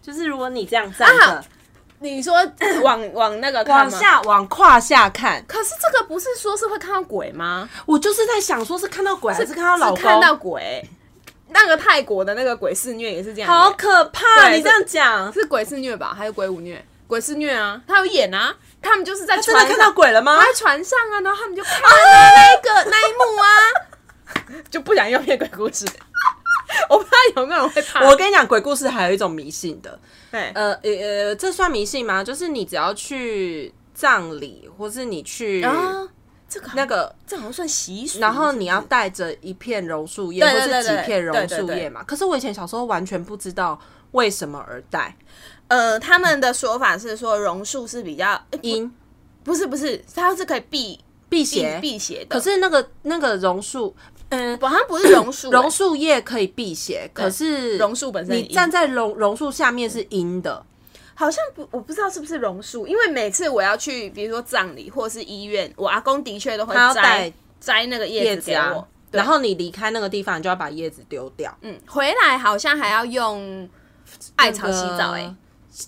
A: 就是如果你这样站着、
B: 啊 [laughs] 你说往往那个看
A: 往
B: 吗，
A: 下往胯下看，
B: 可是这个不是说是会看到鬼吗？
A: 我就是在想说是看到鬼还是看到
B: 是
A: 老公，
B: 看到鬼。那个泰国的那个鬼肆虐也是这样演，
A: 好可怕！
B: 对
A: 你这样讲，
B: 是鬼肆虐吧？还有鬼舞虐，鬼肆虐啊，他有演啊，他们就是在
A: 真
B: 船
A: 的
B: 上
A: 看到鬼了吗
B: 他？在船上啊，然后他们就看到那个那一幕啊， [laughs] 就不想用那鬼故事。 [laughs] 我不知道有没有人会怕
A: 我跟你讲，鬼故事还有一种迷信的，
B: 对
C: 呃呃呃，这算迷信吗？就是你只要去葬礼，或是你去
B: 啊，这个
C: 那
B: 那
C: 个，
B: 这好像算习俗，
C: 然后你要带着一片榕树叶，
B: 对
C: 或
B: 对
C: 是
B: 对
C: 几
B: 对
C: 片
B: 对
C: 榕
B: 对
C: 树
B: 对
C: 叶嘛。可是我以前小时候完全不知道为什么而带
B: 呃，他们的说法是说榕树是比较诶
C: 阴
B: 不是不是，它是可以避
C: 辟
B: 避
C: 邪，
B: 避邪的，
C: 可是那个那个榕树，嗯、
B: 好像不是 [coughs] 榕树，
C: 榕树叶可以辟邪，可是
B: 榕树本身
C: 你
B: 阴
C: 站在榕榕树下面是阴的，
B: 好像不，我不知道是不是榕树，因为每次我要去，比如说葬礼或是医院，我阿公的确都会
C: 他要
B: 摘
C: 带
B: 摘那个叶
C: 叶
B: 子
C: 子
B: 给
C: 啊
B: 我，。对
C: 然后你离开那个地方，你就要把叶子丢掉，
B: 嗯，回来好像还要用艾草洗澡、欸，哎，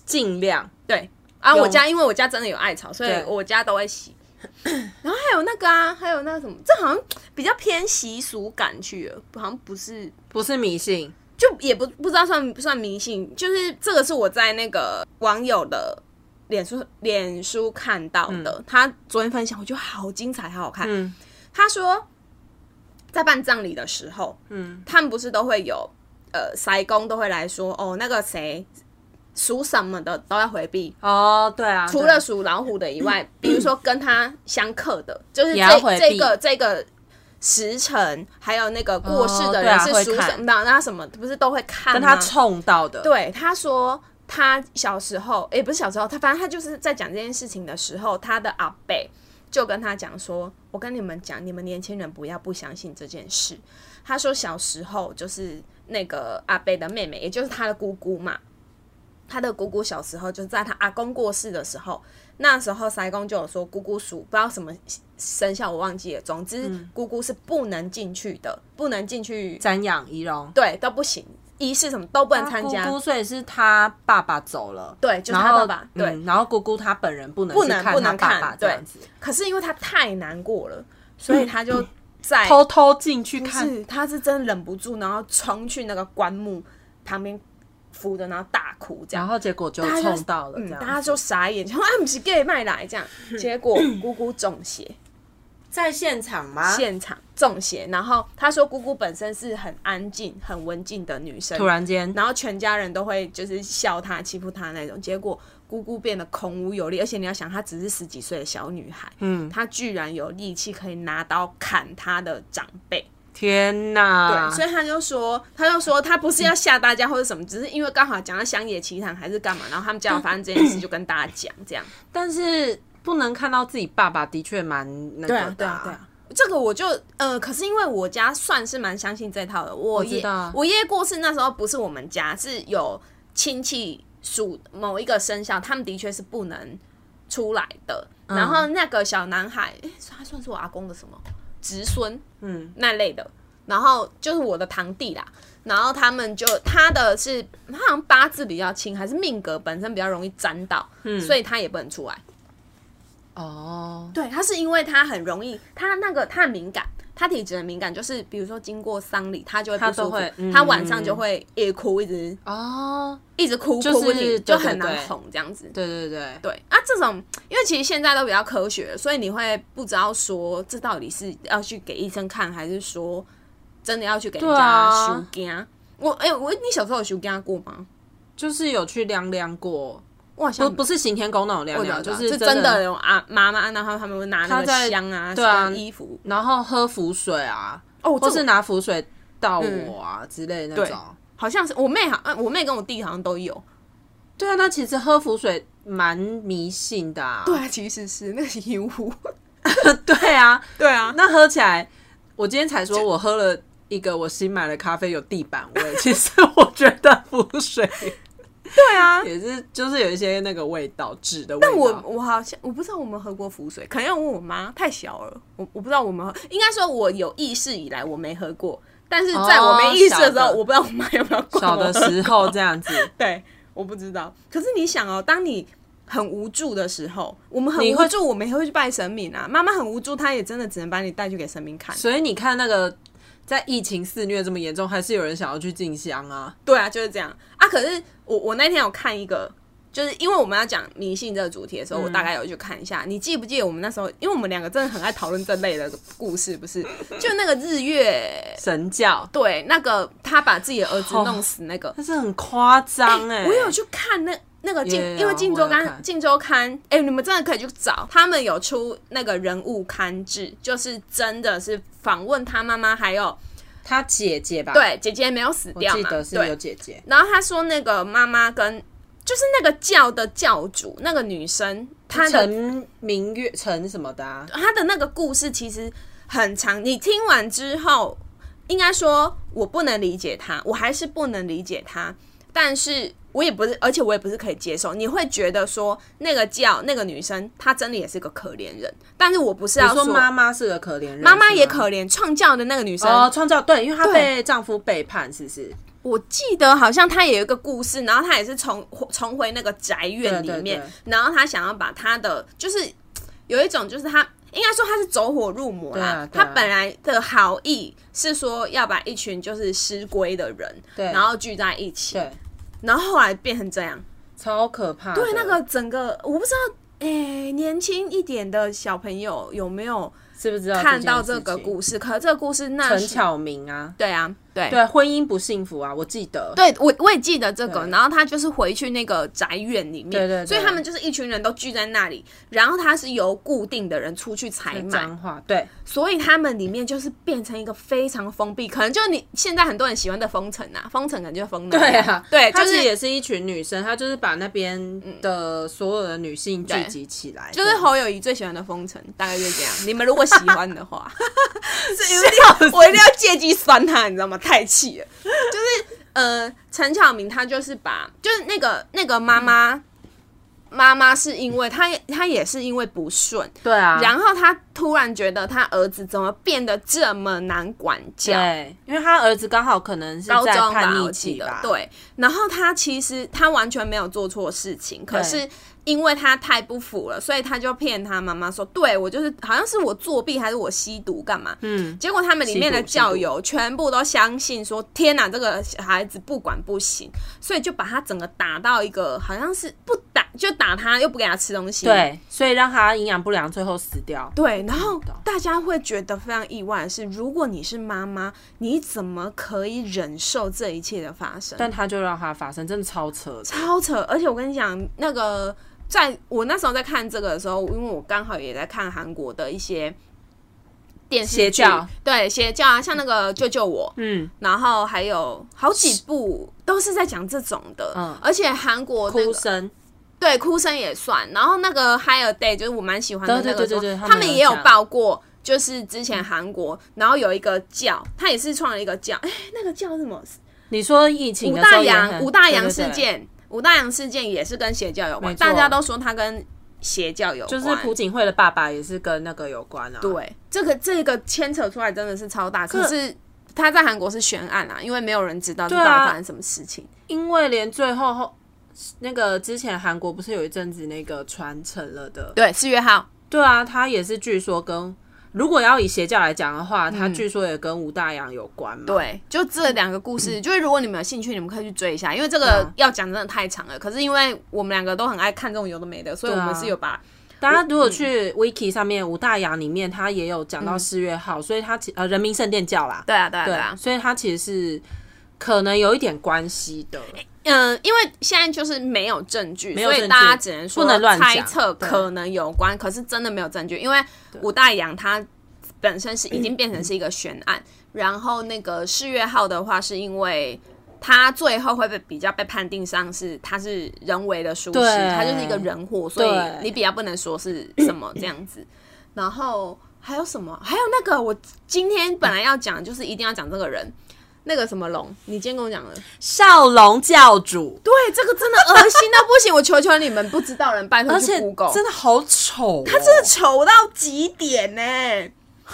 C: 尽量
B: 对啊，
C: 用
B: 我家因为我家真的有艾草，所以
C: 对
B: 我家都会洗。 [coughs] 然后还有那个啊，还有那个什么，这好像比较偏习俗感去了，好像不是
C: 不是迷信。
B: 就也不不知道算不算迷信，就是这个是我在那个网友的脸书脸书看到的，他昨天分享，我觉得好精彩，好好看。
C: 嗯
B: 他说，在办葬礼的时候，
C: 嗯，
B: 他们不是都会有呃，塞工都会来说，哦，那个谁属什么的都要回避，
C: 哦，对啊，
B: 除
C: 对
B: 了属老虎的以
C: [clears throat]
B: 外，比如说跟他相克的，就是
C: 也要
B: 这
C: 回
B: 这
C: 避
B: 个这个时辰，还有那个过世的
C: 哦对
B: 人
C: 啊
B: 是
C: 会
B: 属
C: 看
B: 什么的，那什么不是都会看
C: 跟他
B: 吗
C: 冲到的，
B: 对，他说他小时候，也、不是小时候，他反正他就是在讲这件事情的时候，他的阿贝就跟他讲说：“我跟你们讲，你们年轻人不要不相信这件事。”他说小时候就是那个阿贝的妹妹，也就是他的姑姑嘛。他的姑姑小时候就是在他阿公过世的时候，那时候塞公就有说姑姑属不知道什么生肖我忘记了，总之
C: 嗯
B: 姑姑是不能进去的，不能进去，
C: 瞻仰仪容。
B: 对都不行，仪式什么都不能参加。
C: 姑姑，所以是他爸爸走了，
B: 对就是
C: 然
B: 他
C: 后
B: 爸爸对
C: 嗯然后姑姑她本人不能
B: 不
C: 去
B: 能
C: 看
B: 不
C: 他
B: 能
C: 爸
B: 看
C: 爸这
B: 对
C: 样子，嗯
B: 可是因为他太难过了，所以他就在
C: 偷偷进去看，
B: 哎是他是真的忍不住，然后冲去那个棺木旁边扶着，然后大哭这
C: 然
B: 样。
C: 后结果就
B: 大家就
C: 冲到了，这
B: 嗯，
C: 样
B: 大家就傻眼，想说啊，不是 gay 卖来
C: [laughs]
B: 这样，结果姑姑中邪，
C: 在现场吗？
B: 现场中邪。然后他说，姑姑本身是很安静、很文静的女生，
C: 突然间，
B: 然后全家人都会就是笑她、欺负她那种。结果姑姑变得孔武有力，而且你要想，她只是十几岁的小女孩，嗯，她居然有力气可以拿刀砍她的长辈。
C: 天哪！
B: 对，啊所以她就说，她就说，她不是要吓大家或者什么，只是因为刚好讲到乡野奇谈还是干嘛，然后他们家有发生这件事，就跟大家讲这样。
C: 但是不能看到自己爸爸，的确蛮那个
B: 对
C: 的、
B: 啊，对啊，对啊。这个我就呃，可是因为我家算是蛮相信这套的。我
C: 我知
B: 爷
C: 道啊
B: 我爷爷过世那时候不是我们家，是有亲戚属某一个生肖，他们的确是不能出来的。然后那个小男孩，诶他算是我阿公的什么侄孙，嗯，那类的。然后就是我的堂弟啦，然后他们就他的是他好像八字比较轻，还是命格本身比较容易沾到，所以他也不能出来。
C: 哦，
B: 对，他是因为他很容易，他那个他很敏感，他体质很敏感，就是比如说经过丧礼，他就会不
C: 他
B: 舒
C: 都
B: 服
C: 会，嗯
B: 他晚上就会一直哭，一直
C: 哦，
B: 一直哭，
C: 就是
B: 哭不停，就
C: 对对
B: 很难
C: 对
B: 哄这样子。
C: 对对对，
B: 对啊，这种因为其实现在都比较科学，所以你会不知道说这到底是要去给医生看，还是说真的要去给人
C: 对
B: 家
C: 啊
B: 修肝、我哎、我你小时候有修肝过吗？
C: 就是有去量量过，
B: 我好像
C: 不不是刑天宫那种量
B: 我知道
C: 量，就
B: 知道
C: 真
B: 真的。有啊，妈妈，然后他们会拿那
C: 他
B: 个
C: 在
B: 香啊，
C: 对啊
B: 什么衣服
C: 然后喝符水啊，
B: 哦，这
C: 或
B: 我嗯
C: 是拿符水倒我啊、之类的那种，
B: 好像是我妹好，呃我妹跟我弟好像都有。
A: 对啊，那其实喝符水蛮迷信的啊。
B: 对啊，其实是那是油壶。
A: [laughs] 对啊，
B: [laughs] 对啊，
A: 那喝起来，我今天才说我喝了一个我新买的咖啡有地板味，其实我觉得符水
B: 对啊。
A: 也是就是有一些那个味道，纸的味道。
B: 但我我好像我不知道我们喝过浮水，可能要问我妈，太小了，我我不知道我们喝。应该说我有意识以来我没喝过，但是在我没意识的时候，
A: 哦小的
B: 我不知道我妈有没有管
A: 小
B: 我
A: 的
B: 喝
A: 时候
B: 过
A: 这样子，
B: [laughs] 对，我不知道。可是你想哦，当你很无助的时候，我们很
A: 你
B: 无
A: 会
B: 助，我们也会去拜神明啊。妈妈很无助，她也真的只能把你带去给神明看。
A: 所以你看那个在疫情肆虐这么严重，还是有人想要去进香啊。
B: 对啊，就是这样啊。可是我我那天有看一个，就是因为我们要讲迷信这个主题的时候，
A: 嗯
B: 我大概有去看一下。你记不记得我们那时候，因为我们两个真的很爱讨论这类的故事，不是？ [laughs] 就那个日月，
A: 神教，
B: 对，那个他把自己的儿子弄死那
A: [laughs]
B: 个，
A: 但是很夸张哎、
B: 我有去看那那个
A: 也
B: 晋，
A: 有
B: 因为晋州
A: 我有
B: 刊
A: 看
B: 晋州刊，哎、你们真的可以去找，他们有出那个人物刊志，就是真的是访问他妈妈，还有
A: 他姐姐吧？，
B: 对姐姐没有死
A: 啊我
B: 掉
A: 记
B: 嘛，
A: 得是
B: 对
A: 有姐姐。
B: 然后他说那个妈妈跟就是那个教的教主那个女生，她的
A: 陈明月，陈什么的、啊，
B: 她的那个故事其实很长，你听完之后，应该说我不能理解她，我还是不能理解她，但是。我也不是，而且我也不是可以接受。你会觉得说那个教那个女生，她真的也是个可怜人，但是我不是要
A: 你说妈
B: 妈
A: 妈是个可怜人，
B: 妈也
A: 是吗
B: 可怜，创教的那个女生
A: 哦，创造对，因为她
B: 对
A: 被丈夫背叛，是不是？
B: 我记得好像他也有一个故事，然后他也是重重回那个宅院里面，
A: 对对对
B: 然后他想要把他的就是有一种就是他应该说他是走火入魔啦，
A: 对啊对
B: 他
A: 啊
B: 本来的好意是说要把一群就是失归的人，
A: 对
B: 然后聚在一起，
A: 对，
B: 然后后来变成这样，
A: 超可怕的。
B: 对那个整个我不知道。哎、年轻一点的小朋友有没有
A: 是不是知道
B: 看
A: 件
B: 到
A: 事
B: 这个
A: 情
B: 故事？可这个故事那
A: 陈
B: 时
A: 巧明啊？
B: 对啊，对
A: 对，婚姻不幸福啊，我记得。
B: 对我我也记得这个，
A: 对
B: 然后他就是回去那个宅院里面，
A: 对对对
B: 所以他们就是一群人都聚在那里，然后他是由固定的人出去采买，
A: 脏话，对，
B: 所以他们里面就是变成一个非常封闭，可能就是你现在很多人喜欢的封城啊，封城感觉就封了，
A: [laughs] 对啊，
B: 对，就
A: 她其实
B: 是
A: 也是一群女生，她就是把那边的所有的女性聚
B: 对
A: 集起来，
B: 就是
A: 对
B: 侯友谊最喜欢的封城，大概就是这样。你们如果喜欢的话， [laughs]
A: 笑死
B: 我一定要借机酸他，你知道吗？太气了，就是呃，陈巧明他就是把，就是那个那个妈妈，妈妈是因为她她也是因为不顺，
A: 对啊，
B: 然后她突然觉得她儿子怎么变得这么难管教，
A: 对，因为她儿子刚好可能是
B: 高
A: 在
B: 中吧
A: 叛，逆
B: 我记
A: 期
B: 得
A: 吧，
B: 对。然后他其实他完全没有做错事情，可
A: 对
B: 是因为他太不服了，所以他就骗他妈妈说：“对我就是好像是我作弊还是我吸毒干嘛？”
A: 嗯，
B: 结果他们里面的
A: 吸毒吸毒
B: 教友全部都相信说：“天哪，这个小孩子不管不行。”所以就把他整个打到一个好像是不打就打他，又不给他吃东西。
A: 对，所以让她营养不良，最后死掉。
B: 对，然后
A: 知道
B: 大家会觉得非常意外的是，如果你是妈妈，你怎么可以忍受这一切的发生？
A: 但她就让它发生，真的超扯的。
B: 超扯！而且我跟你讲，那个在我那时候在看这个的时候，因为我刚好也在看韩国的一些电视
A: 邪
B: 剧
A: 教，
B: 对邪教啊，像那个《救救我》，
A: 嗯，
B: 然后还有好几部都是在讲这种的，
A: 嗯
B: 而且韩国那
A: 哭
B: 个
A: 声，
B: 对哭声也算，然后那个《Higher Day》就是我蛮喜欢的那
A: 对
B: 个
A: 对
B: 时
A: 对
B: 候，
A: 对对他们
B: 他们
A: 有
B: 也有
A: 讲
B: 报过。就是之前韩国，然后有一个教，他也是创了一个教，哎、那个教什么？
A: 你说疫情
B: 五
A: 的时
B: 大
A: 候也很
B: 洋五大洋
A: 对对
B: 事
A: 对
B: 件，五大洋事件也是跟邪教有关，
A: 没错
B: 大家都说它跟邪教有关。
A: 就是朴槿惠的爸爸也是跟那个有关啊。，
B: 对这个这个牵扯出来真的是超大，可是他在韩国是悬案啊，因为没有人知道这
A: 对
B: 到
A: 啊
B: 底发生什么事情。
A: 因为连最后后那个之前韩国不是有一阵子那个传承了的，
B: 对，四月号，
A: 对啊，他也是据说跟如果要以邪教来讲的话，他据说也跟吴大洋有关嘛。
B: 嗯对，就这两个故事，就是如果你们有兴趣，你们可以去追一下，因为这个
A: 嗯啊
B: 要讲真的太长了。可是因为我们两个都很爱看这种有的没的，所以我
A: 对啊
B: 们是有把
A: 大家如果
B: 嗯
A: 去 Wiki 上面，吴大洋里面他也有讲到四月号，所以他其呃人民圣殿教啦，
B: 嗯对啊对啊对
A: 对
B: 啊，
A: 所以他其实是可能有一点关系的。
B: 嗯，因为现在就是没有证据，
A: 没有
B: 所以
A: 证据
B: 大家只能说
A: 不能乱讲
B: 猜测
A: 对
B: 可能有关，可是真的没有证据，因为武大洋他本身是已经变成是一个悬案，然后那个世越号的话是因为他最后会被比较被判定上是他是人为的疏失，
A: 对
B: 他就是一个人祸，所以
A: 对
B: 你比较不能说是什么这样子。 [clears throat] 然后还有什么？还有那个我今天本来要讲，就是一定要讲这个人，那个什么龙，你今天跟我讲了。
A: 少龙教主，
B: 对，这个真的恶心到不行，我求求你们不知道人，拜托
A: 而
B: 去
A: 且
B: Google，
A: 真的好丑哦、
B: 他真的丑到极点呢、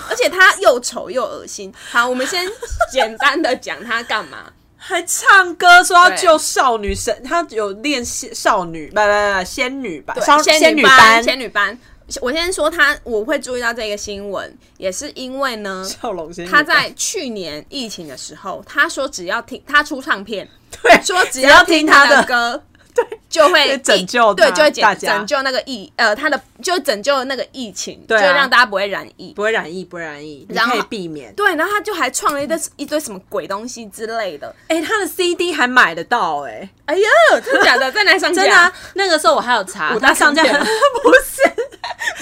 B: 而且他又丑又恶心。 [laughs] 好，我们先简单的讲他干 [laughs] 嘛。
A: 还唱歌说要
B: 对
A: 救少女神，他有练仙少女，不不不不，仙女吧，
B: 对
A: 少
B: 仙
A: 女
B: 班，仙女班。我先说他，我会注意到这个新闻，也是因为呢，
A: 少龙仙女
B: 他
A: 班
B: 在去年疫情的时候，他说只要听他出唱片，
A: 对
B: 说只
A: 要
B: 要
A: 听
B: 听
A: 他
B: 他
A: 的
B: 的歌， [laughs] 对，就会
A: 会拯救
B: 对，
A: 他
B: 就会
A: 大
B: 拯
A: 家
B: 拯救那个疫，呃，他的就拯救那个疫情，
A: 对啊
B: 就让大家不会染疫。
A: 不会染疫，不会染疫，你
B: 然后
A: 可以避免。
B: 对，然后他就还创了一堆一堆什么鬼东西之类的。
A: 哎、他的 CD 还买得到哎、
B: 哎呀， [laughs] 真的假的？在哪上架？
A: 真的、啊，那个时候我还有查，
B: 我
A: 他
B: 大
A: 上架
B: 坑 [laughs]
A: [laughs]
B: 爹
A: 不是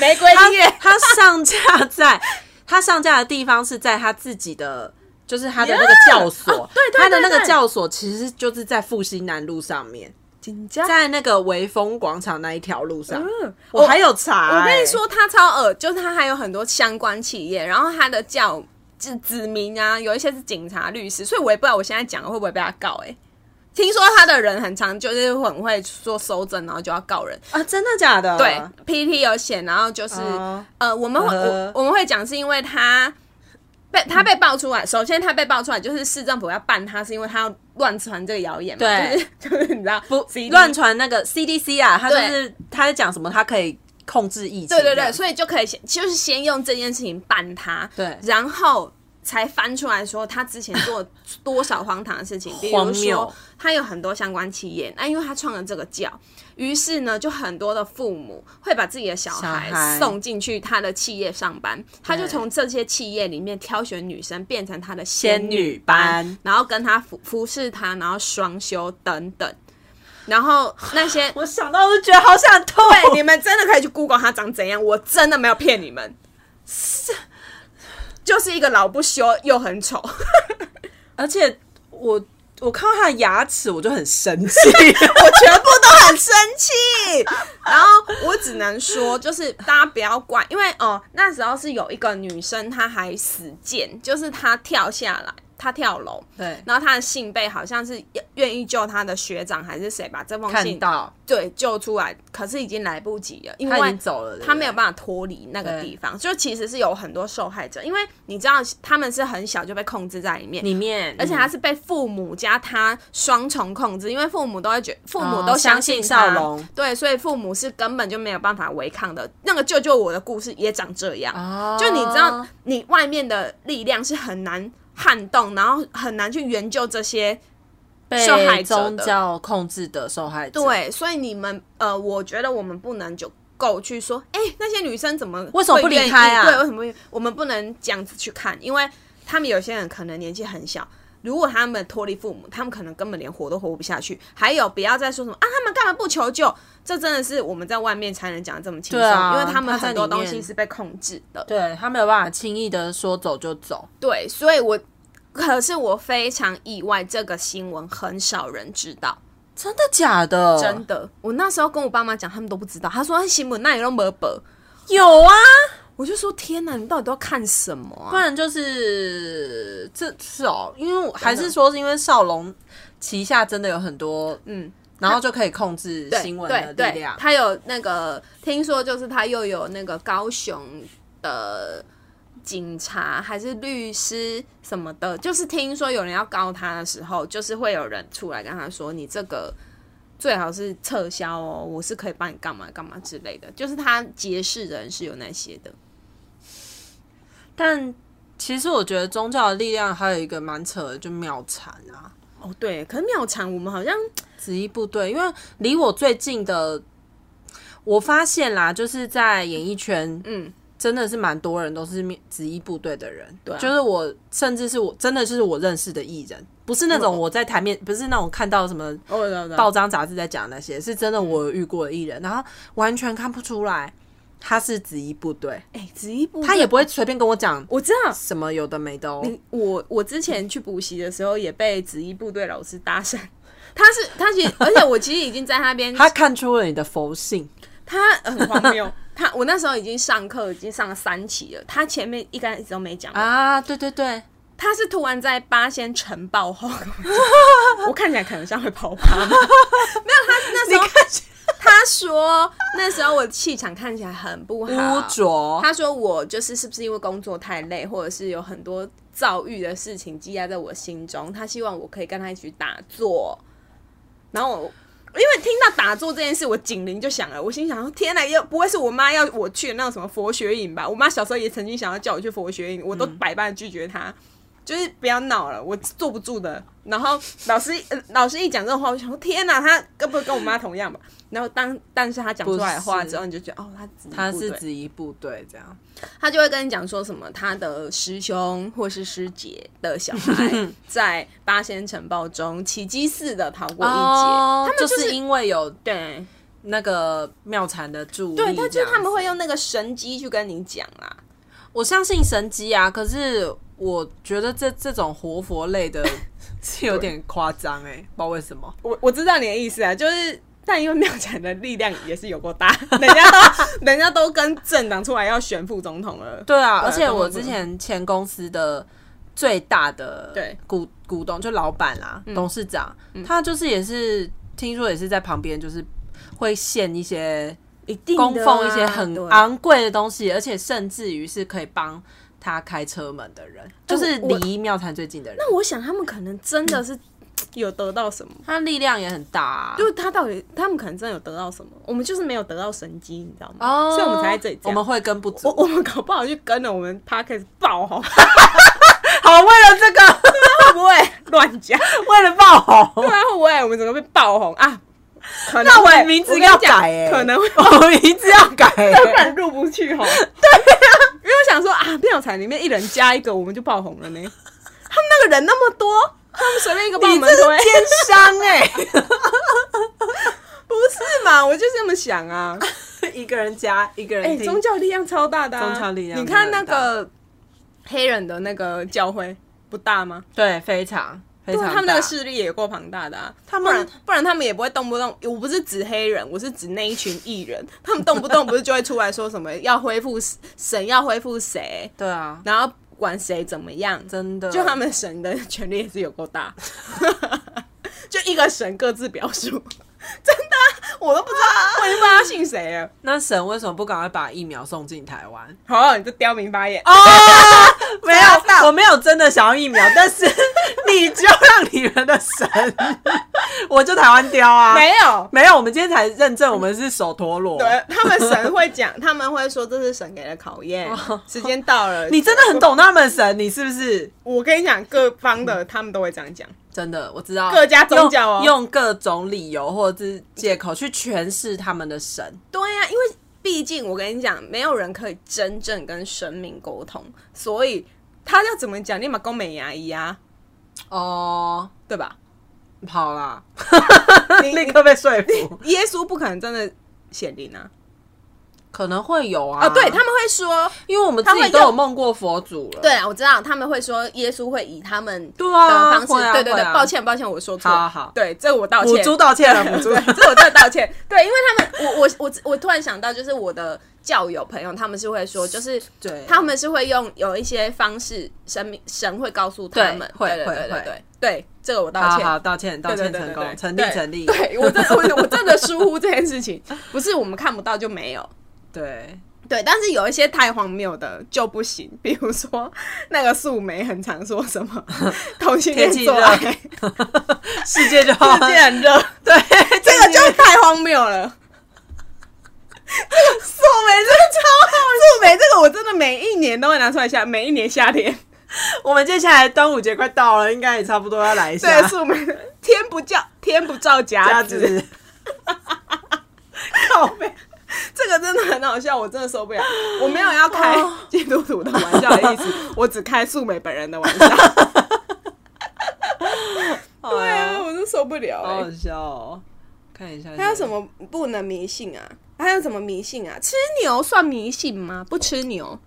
B: 玫瑰
A: 他
B: 音乐。
A: 他上架在 [laughs] 他上架的地方是在他自己的。就是他的那个教所
B: 哦对对
A: 他的那
B: 对
A: 个
B: 对
A: 教所其实就是在复兴南路上面，在那个微风广场那一条路上，
B: 嗯
A: 我还有查、
B: 我跟
A: 哎
B: 你，说，他超恶，就是他还有很多相关企业，然后他的叫子子民啊，有一些是警察、律师，所以我也不知道我现在讲了会不会被他告、欸。哎，听说他的人很常就是很会说收证，然后就要告人。
A: 啊，真的假的？
B: 对，PT 有写，然后就是、
A: 哦
B: 呃，我们会、
A: 呃
B: 我我们会讲是因为他
A: 嗯
B: 被他被爆出来，首先他被爆出来就是市政府要办他，是因为他要乱传这个谣言嘛，
A: 对
B: 就是 [laughs] 就是你知道
A: 不
B: CD
A: 乱传那个 CDC 啊，他就
B: 对
A: 是他在讲什么，他可以控制疫情，
B: 对对对，，所以就可以先就是先用这件事情办他，
A: 对
B: 然后才翻出来说他之前做 [laughs] 多少荒唐的事情，比
A: 荒
B: 如
A: 谬
B: 说他有很多相关企业，那因为他创了这个教，于是呢，就很多的父母会把自己的小
A: 小孩
B: 孩送进去他的企业上班，他就从这些企业里面挑选女生变成他的仙
A: 仙女
B: 女
A: 班
B: 然后跟他服服侍他，然后双休等等，然后那些
A: 我想到都觉得好想吐。
B: 对，你们真的可以去 Google 它长怎样，我真的没有骗你们，是就是一个老不休又很丑，我
A: 而且我我看到他的牙齿，我就很生 [laughs] 气。
B: 全部都很生气。然后我只能说，就是大家不要怪，因为哦、那时候是有一个女生，她还死贱，就是她跳下来，她跳楼。
A: 对，
B: 然后她的信被好像是愿意救她的学长还是谁把这封
A: 看
B: 信
A: 到
B: 对救出来，可是已经来不及了，因
A: 他已
B: 为
A: 经走了，对不对
B: 他没有办法脱离那个地方，就其实是有很多受害者，因为你知道他们是很小就被控制在里面，
A: 里面，
B: 而且他是被父母加他双重控制，因为父母都会觉，父母
A: 哦
B: 都
A: 相
B: 相信
A: 信
B: 他
A: 少龙，
B: 对，所以父母是根本就没有办法违抗的。那个救救我的故事也长这样，
A: 哦
B: 就你知道，你外面的力量是很难撼动，然后很难去援救这些受害
A: 被
B: 者的
A: 宗教控制的受害者，，
B: 对，所以你们呃，我觉得我们不能就够去说，哎、那些女生怎么
A: 为什么
B: 会
A: 不离
B: 愿意
A: 开啊
B: 对，为什么不愿意我们不能这样子去看？因为他们有些人可能年纪很小。如果他们脱离父母，他们可能根本连活都活不下去。还有，不要再说什么啊，他们干嘛不求救？这真的是我们在外面才能讲得这么轻松，
A: 对啊
B: 因为他们
A: 他在
B: 很多
A: 里面
B: 东西是被控制的。
A: 对他没有办法轻易的说走就走。
B: 对，所以我可是我非常意外，这个新闻很少人知道。
A: 真的假的？
B: 真的，我那时候跟我爸妈讲，他们都不知道。他说哎新闻那也都没报，
A: 有啊，
B: 我就说天哪，你到底都要看什么
A: 不
B: 啊？
A: 然就是这是哦，因为我还是说是因为少龙旗下真的有很多，
B: 嗯，
A: 然后就可以控制
B: 对
A: 新闻的
B: 对
A: 力
B: 对
A: 量，。
B: 他有那个听说就是他又有那个高雄的警察还是律师什么的，就是听说有人要告他的时候，就是会有人出来跟他说，你这个。最好是撤销哦，我是可以帮你干嘛干嘛之类的，就是他结识的人是有那些的，
A: 但其实我觉得宗教的力量还有一个蛮扯的，就妙禅啊，
B: 哦，对，可是妙产我们好像
A: 紫衣部队，因为离我最近的，我发现啦，就是在演艺圈
B: 嗯，
A: 真的是蛮多人都是妙紫衣部队的人，
B: 对啊
A: 就是我甚至是我真的就是我认识的艺人，不是那
B: 嗯
A: 种我在台面，不是那种看到什么
B: 哦，我知道
A: 报章杂志在讲那些，是真的我有遇过的艺人，然后完全看不出来。他是子衣部队，
B: 哎、紫衣部队
A: 他也不会随便跟我讲
B: 我知道，
A: 什么有的没的哦。
B: 你 [laughs] 我我之前去补习的时候也被紫衣部队老师搭讪， [laughs] 他是他其实，而且我其实已经在那边，
A: 他看出了你的佛性，
B: 他很荒谬。他我那时候已经上课，已经上了三期了。他前面一开始都没讲话，
A: 啊，对对对，
B: 他是突然在八仙晨报后跟我 [laughs] 讲，我看起来可能像会跑趴 [laughs] 吗？没有，他那时候他说那时候我气场看起来很不好，
A: 污浊，
B: 他说我就是是不是因为工作太累，或者是有很多遭遇的事情积压在我心中，他希望我可以跟他一起打坐。然后我因为听到打坐这件事，我警铃就响了，我心想说：天哪，又不会是我妈要我去的那种什么佛学营吧？我妈小时候也曾经想要叫我去佛学营，我
A: 嗯
B: 都百般拒绝她。就是不要闹了，我坐不住的。然后老师、
A: 嗯
B: 呃老师一讲这种话，我想说天哪，他跟不跟我妈同样吧？然后当但是他讲出来的话
A: 不是
B: 之后，你就觉得哦，他只
A: 他
B: 不对
A: 是子衣部队这样，
B: 他就会跟你讲说什么他的师兄或是师姐的
A: [laughs]
B: 小孩在八仙城堡中奇迹似的逃过一劫，
A: 哦
B: 他们就
A: 就是
B: 是。
A: 因为有
B: 对
A: 那个妙禅的助力这
B: 对，
A: 样子，
B: 他就是他们会用那个神机去跟你讲啦。
A: 我相信神机啊，可是我觉得这这种活佛类的 [laughs] 是有点夸张哎，不知道为什么。
B: 我我知道你的意思啊，就是但因为妙展的力量也是有够大， [laughs] 人家都人家都跟政党出来要选副总统了。
A: 对啊，
B: 对
A: 而且
B: 懂
A: 我
B: 懂
A: 之前前公司的最大的
B: 对
A: 股股东就老板啦、董事长，他就是也是听说也是在旁边就是会献一些
B: 一定
A: 供奉一些很
B: 啊，
A: 昂贵的东西，而且甚至于是可以帮他开车门的人，就是
B: 我
A: 离妙坛最近的人。
B: 那我想他们可能真的是有得到什么。
A: 他力量也很大、啊，
B: 就是他到底他们可能真的有得到什么，我们就是没有得到神机，你知道吗？
A: 哦，
B: 所以我们才在这里
A: 我
B: 这样。
A: 们会跟不足
B: 我，我们搞不好就跟了我们 podcast 爆红，
A: 好为了这个，
B: 会不会乱讲？
A: [laughs] 为了爆红，
B: 对啊，会不会我们整个被爆红啊？可能
A: 那我
B: 会
A: 们名字要改欸
B: 我跟你讲可能会
A: 我们一直要改、欸 [laughs]
B: 不然入不去红。对啊，因为我想说啊，妙产里面一人加一个，我们就爆红了呢。他们那个人那么多，他们随便一个帮我
A: 你这
B: 们
A: 是
B: 推，
A: 奸商哎、
B: [laughs] 不是嘛？我就是这么想啊。
A: [laughs] 一个人加一个
B: 哎、
A: 人听，
B: 宗教力量超大的、啊，
A: 宗教力量
B: 你看那
A: 真的
B: 个黑人的那个教会不大吗？
A: 对，非常非
B: 对
A: 常
B: 啊，
A: 大。
B: 他们那个势力也够庞大的啊。
A: 他们
B: 不然不然他们也不会动不动，我不是指黑人，我是指那一群艺人， [laughs] 他们动不动不是就会出来说什么要恢复神，要恢复谁，
A: 对啊，
B: 然后管谁怎么样，
A: 真的，
B: 就他们神的权力也是有够大， [laughs] 就一个神各自表述， [laughs] 真的啊、我都不知道，我已经不知道他信谁了。
A: 那神为什么不赶快把疫苗送进台湾？
B: 好，你这刁民八
A: [laughs] 啊
B: 眼。 [laughs]
A: 没有，我没有真的想要疫苗，但是你就让你们的神，我就台湾雕啊。
B: 没有，
A: 没有，我们今天才认证我们是手陀螺。
B: 对，他们神会 [laughs] 讲，他们会说这是神给的考验，时间到 [laughs] 了。
A: 你真的很懂他们的神，你是不是？
B: 我跟你讲，各方的他们都会这样讲。
A: 真的，我知道
B: 各家宗教哦
A: 用用各种理由或者是借口去诠释他们的神。
B: 对呀、因为毕竟我跟你讲，没有人可以真正跟神明沟通，所以他要怎么讲，你马公美牙医啊，
A: 哦，
B: 对 [laughs] 吧？
A: 好啦，
B: 你
A: 立刻被说服，
B: 耶稣不可能真的显灵啊！
A: 可能会有啊。
B: 啊，对他们会说，
A: 因为我们自
B: 他会
A: 己都有
B: 用
A: 梦过佛祖了。
B: 对，啊，我知道他们会说耶稣会以他们的
A: 对啊
B: 方式，
A: 会啊
B: 对对对，
A: 会啊
B: 抱歉抱歉，我说错，
A: 好好
B: 对，这我道
A: 母
B: 歉，
A: 猪道歉了，母猪。 [laughs]
B: 对，这我真的道歉。对，因为他们，我我我我突然想到，就是我的教友朋友，他们是会说，就是
A: 对
B: 他们是会用有一些方式，神明神会告诉他们，
A: 对会
B: 对对对对
A: 会
B: 对对，这个我道
A: 好
B: 歉。
A: 好道歉，道
B: 对对
A: 歉
B: 对
A: 成
B: 对对
A: 功，成立
B: 对
A: 成立。
B: 对
A: [laughs]
B: 我真的我我真的疏忽这件事情，不是我们看不到就没有。
A: 对，
B: 对，但是有一些太荒谬的就不行，比如说那个素梅很常说
A: [laughs]
B: 什么同性恋
A: 天气
B: 做
A: 热 [laughs]
B: 爱，
A: 世界就
B: 世界很热，
A: 对， [laughs]
B: 这个就太荒谬了。这个素梅真的超好，素梅这个我真的每一年都会拿出来下，每一年夏天。
A: 我们接下来端午节快到了，应该也差不多要来一下 [laughs]
B: 对，素梅，天不教，天不照
A: 家
B: 甲 [laughs] 子，
A: 子。靠背，
B: 这个真的很好笑，我真的受不了。我没有要开基督徒的玩笑 [laughs] 的意思，我只开素梅本人的玩 [laughs] 笑。对
A: 哎
B: 啊，
A: 呀
B: 我真受不了、
A: 好好
B: 欸。
A: 笑哦！看一下，
B: 还有什？么不能迷信啊？还有什么迷信啊？吃牛算迷信吗？不吃牛，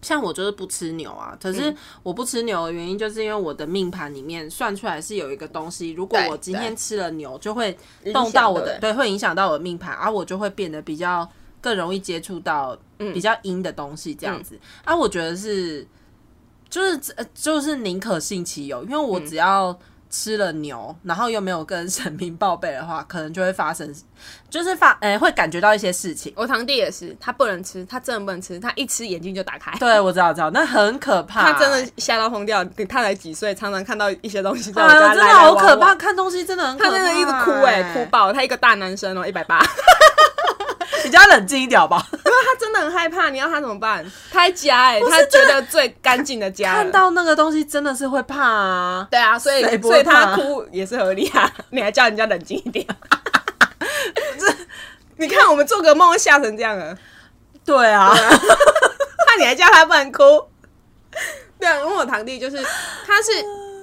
A: 像我就是不吃牛啊，可
B: 嗯
A: 是我不吃牛的原因，就是因为我的命盘里面算出来是有一个东西，如果
B: 对
A: 我今天
B: 对
A: 吃了牛，就会
B: 响
A: 动到我的，对，
B: 对
A: 会影响到我的命盘，而、啊我就会变得比较更容易接触到
B: 嗯
A: 比较阴的东西，这样子。啊，我觉得是，就是呃就是宁可信其有，因为
B: 嗯
A: 我只要吃了牛，然后又没有跟 [laughs] 神明报备的话，可能就会发生，就是发，呃，会感觉到一些事情。
B: 我堂弟也是，他不能吃，他真的不能吃，他一吃眼睛就打开。
A: 对，我知道，知道，那很可怕、
B: 他真的吓到疯掉。他才几岁，常常看到一些东西在我
A: 哎呦
B: 家来
A: 真的
B: 来
A: 好
B: 往
A: 可
B: 往
A: 怕，看东西真的很可
B: 他
A: 怕、
B: 真的一直哭哎、哭爆！他一个大男生哦、1一百八，
A: 比较冷静一点吧。
B: 他真的很害怕，你要他怎么办？他在家哎、他觉得最干净的家了
A: [laughs] 看到那个东西真的是会怕啊，
B: 对啊，所以
A: 谁不
B: 所
A: 会
B: 以他
A: 怕
B: 哭也是合理啊， [laughs] 你还叫人家冷静一点。啊 [laughs] 你看我们做个梦都吓成这样了，
A: 对啊，
B: 那你还叫他不能哭？ [laughs] 对啊，因为我堂弟就是他是。 [laughs]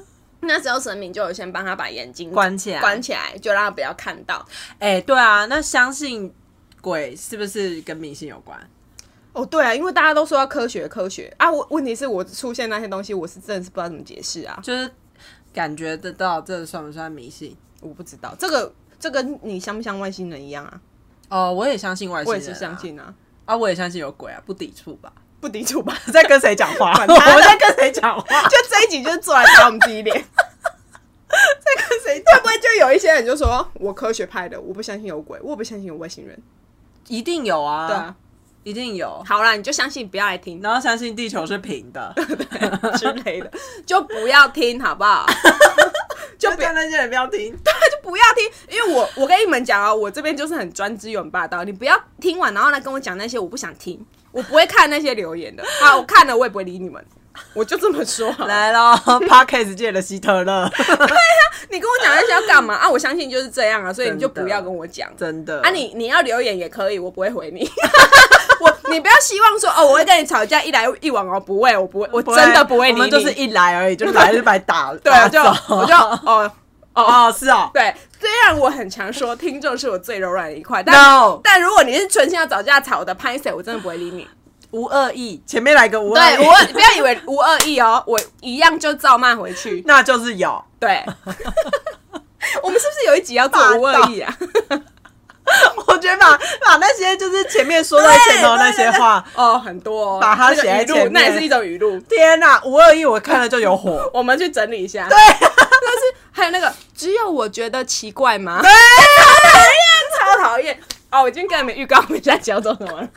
B: 那时候神明就有先帮他把眼睛
A: 关起来
B: 关起来，就让他不要看到。
A: 哎、对啊，那相信鬼是不是跟迷信有关？
B: 哦，对啊，因为大家都说要科学科学啊，我问题是我出现那些东西，我是真的是不知道怎么解释啊，
A: 就是感觉得到这算不算迷信？
B: 我不知道这个这跟你相不像外星人一样啊，
A: 哦，我也相信外星
B: 我
A: 人、
B: 也是相信啊，
A: 啊，我也相信有鬼啊，不抵触吧？
B: 不抵触吧？
A: [laughs]
B: [laughs]
A: 在跟谁讲话？
B: 管他的
A: 我在跟谁讲话？
B: 就这一集就是坐来打我们自己脸， [laughs] 这跟谁？会不会就有一些人就说我科学派的，我不相信有鬼，我不相信有外星人，
A: [laughs] 一定有啊，
B: 对啊，
A: 一定有。
B: 好啦，你就相信，不要来听
A: 然后相信地球是平的，
B: [laughs] 之类的，就不要听好不 [laughs] 好？
A: [laughs] [laughs] 就叫那些人不要听。
B: 就不要听，因为我我跟你们讲啊，我这边就是很专制又很霸道，你不要听完然后来跟我讲那些我不想听，我不会看那些留 [laughs] 言的啊，我看了我也不会理你们，我就这么说好了。
A: 来 [laughs] 咯 p o d c a s 界的希特勒，
B: [laughs] 你跟我讲那些要 [laughs] 干嘛啊？我相信就是这样啊，所以你就
A: 真的
B: 不要跟我讲。
A: [laughs] 真的
B: 啊你，你要留言也可以，我不会回你。 [laughs] 我你不要希望说哦，我会跟你吵架，一来一往哦，不会，我不会，我
A: 不会
B: 真的不会
A: 我
B: 理你。
A: 们就是一来而已，就来就白 [laughs] 打，
B: 对啊，
A: 打
B: 就
A: 走
B: 我就哦
A: [laughs] 哦哦是哦，
B: 对，虽然我很常说听众是我最柔软的一块，但
A: No
B: 但如果你是存心要找架吵的，拍谁我真的不会理你。
A: 无恶意，前面来个无恶
B: 对，
A: 意，
B: 无恶不要以为无恶意哦，我一样就照骂回去。
A: [laughs] 那就是有。
B: 对，我们是不是有一集要做无恶意啊？
A: [laughs] 我觉得把把那些就是前面说在前
B: [laughs]
A: 头那些话，
B: 哦，很多、哦，
A: 把它
B: 那个
A: 写在
B: 语录
A: 前面
B: 那也是一种语录。。
A: 天哪、五二一我看了就有火 [laughs]
B: 我们去整理一下。对，还有那个，只有我觉得奇怪吗？对，超讨厌，超讨厌。哦，我已经跟你们预告我们下集要做什么了。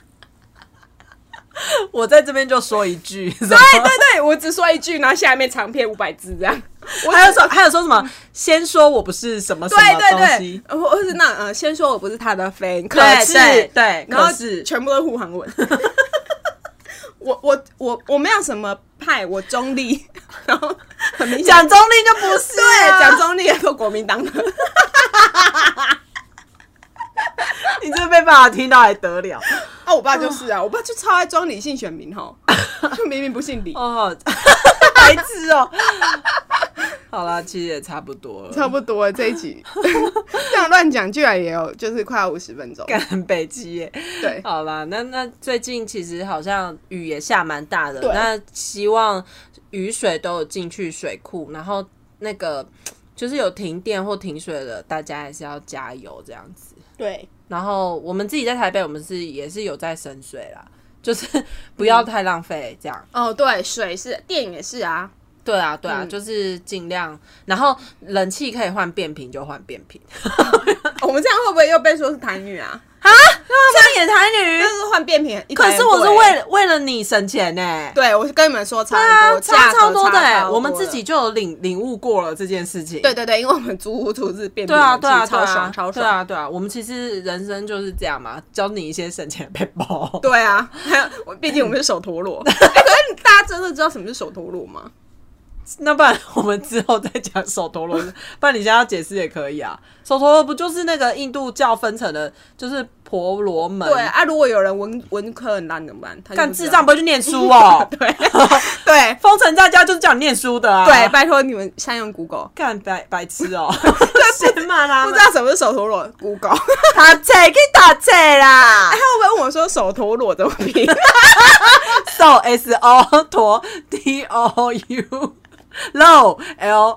A: 我在这边就说一句，对
B: 对对对，我只说一句，然后下面长篇五百字这样。
A: 我还有说还有说什么？先说我不是什么什么
B: 对
A: 东
B: 对
A: 西
B: 对，，呃或或是那呃，先说我不是他的 fan，可
A: 对
B: 是
A: 对对
B: 然后
A: 可是
B: 全部都是护
A: [laughs]
B: 航文。我我我我没有什么派，我中立， [laughs] 然后很明显
A: 蒋中立就不是、
B: 对
A: 啊，
B: 讲中立也是国民党的，
A: [laughs] 你这被爸爸听到还得了？
B: 啊，我爸就是啊，我爸就超爱装理性选民吼，就明明不姓
A: [laughs]
B: 李，
A: 哦，白痴哦。好啦，其实也差不多了，
B: 差不多这一集 [laughs] 这样乱讲，居然也有就是快要五十分钟，
A: 干北极耶。
B: 对，
A: 好啦，那那最近其实好像雨也下蛮大的
B: 对，
A: 那希望雨水都有进去水库，然后那个就是有停电或停水的，大家还是要加油这样子。
B: 对，
A: 然后我们自己在台北，我们是也是有在省水啦，就是不要太浪费这样。
B: 哦对，水是电也是啊，
A: 对啊，对啊，
B: 嗯
A: 就是尽量。然后冷气可以换变频就换变频，
B: [laughs] 我们这样会不会又被说是台女啊？
A: 这样也台女
B: [laughs] 但是换变频，一
A: 可
B: 台很
A: 是
B: 贵
A: 我是为了为了你省钱呢、
B: 对，我是跟你们说差很
A: 啊，
B: 多，价
A: 差
B: 格
A: 超多的、
B: 差
A: 欸，
B: 超
A: 我们
B: 多
A: 自
B: 的
A: 己就有领领悟过了这件事情。
B: 对对对，因为我们租屋处是变频
A: 对啊，
B: 冷气，
A: 对啊，对
B: 超
A: 啊
B: 爽超
A: 对
B: 爽。
A: 啊，对啊，我们其实人生就是这样嘛，教你一些省钱的 p a
B: 对啊，还有我，毕竟我们是手陀螺。哎可是你大家真的知道什么是手陀螺吗？
A: [laughs] 那不然我们之后再讲手陀螺， [laughs] 不然你现在要解释也可以啊。手陀螺不就是那个印度教分成的，就是婆罗门？
B: 对啊，如果有人文文科很烂怎么办？他就
A: 嗯干
B: 不知
A: 智
B: 道
A: 障不会去念书哦。
B: [laughs] 对
A: [laughs]
B: 对
A: 封城在家就是叫你念书的啊。
B: 对，，拜托你们善用 Google，
A: 干白白痴
B: [laughs]
A: 哦， [laughs] 先骂他
B: 不
A: 们
B: 知。道什么是手陀螺，Google。
A: [laughs] 打车去打车啦
B: 他会问我说手陀螺怎么
A: [laughs]
B: 拼？
A: ，so s [laughs] o 陀 t o u low l o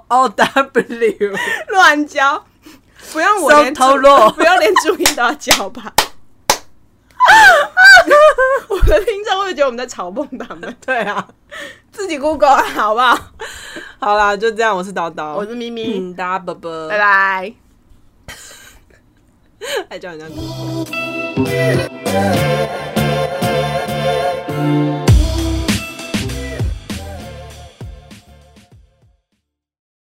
A: w
B: 乱教，不用我连注
A: 手陀螺
B: [laughs] 不用连注音都要教吧？我的听众会觉得我们在嘲讽他们，
A: 对啊，
B: 自己 Google 啊好不好？
A: 好啦，就这样，我是叨叨，
B: 我是咪咪，
A: 嗯，大家啵啵，
B: 拜，拜。
A: 还叫人家。
D: Thank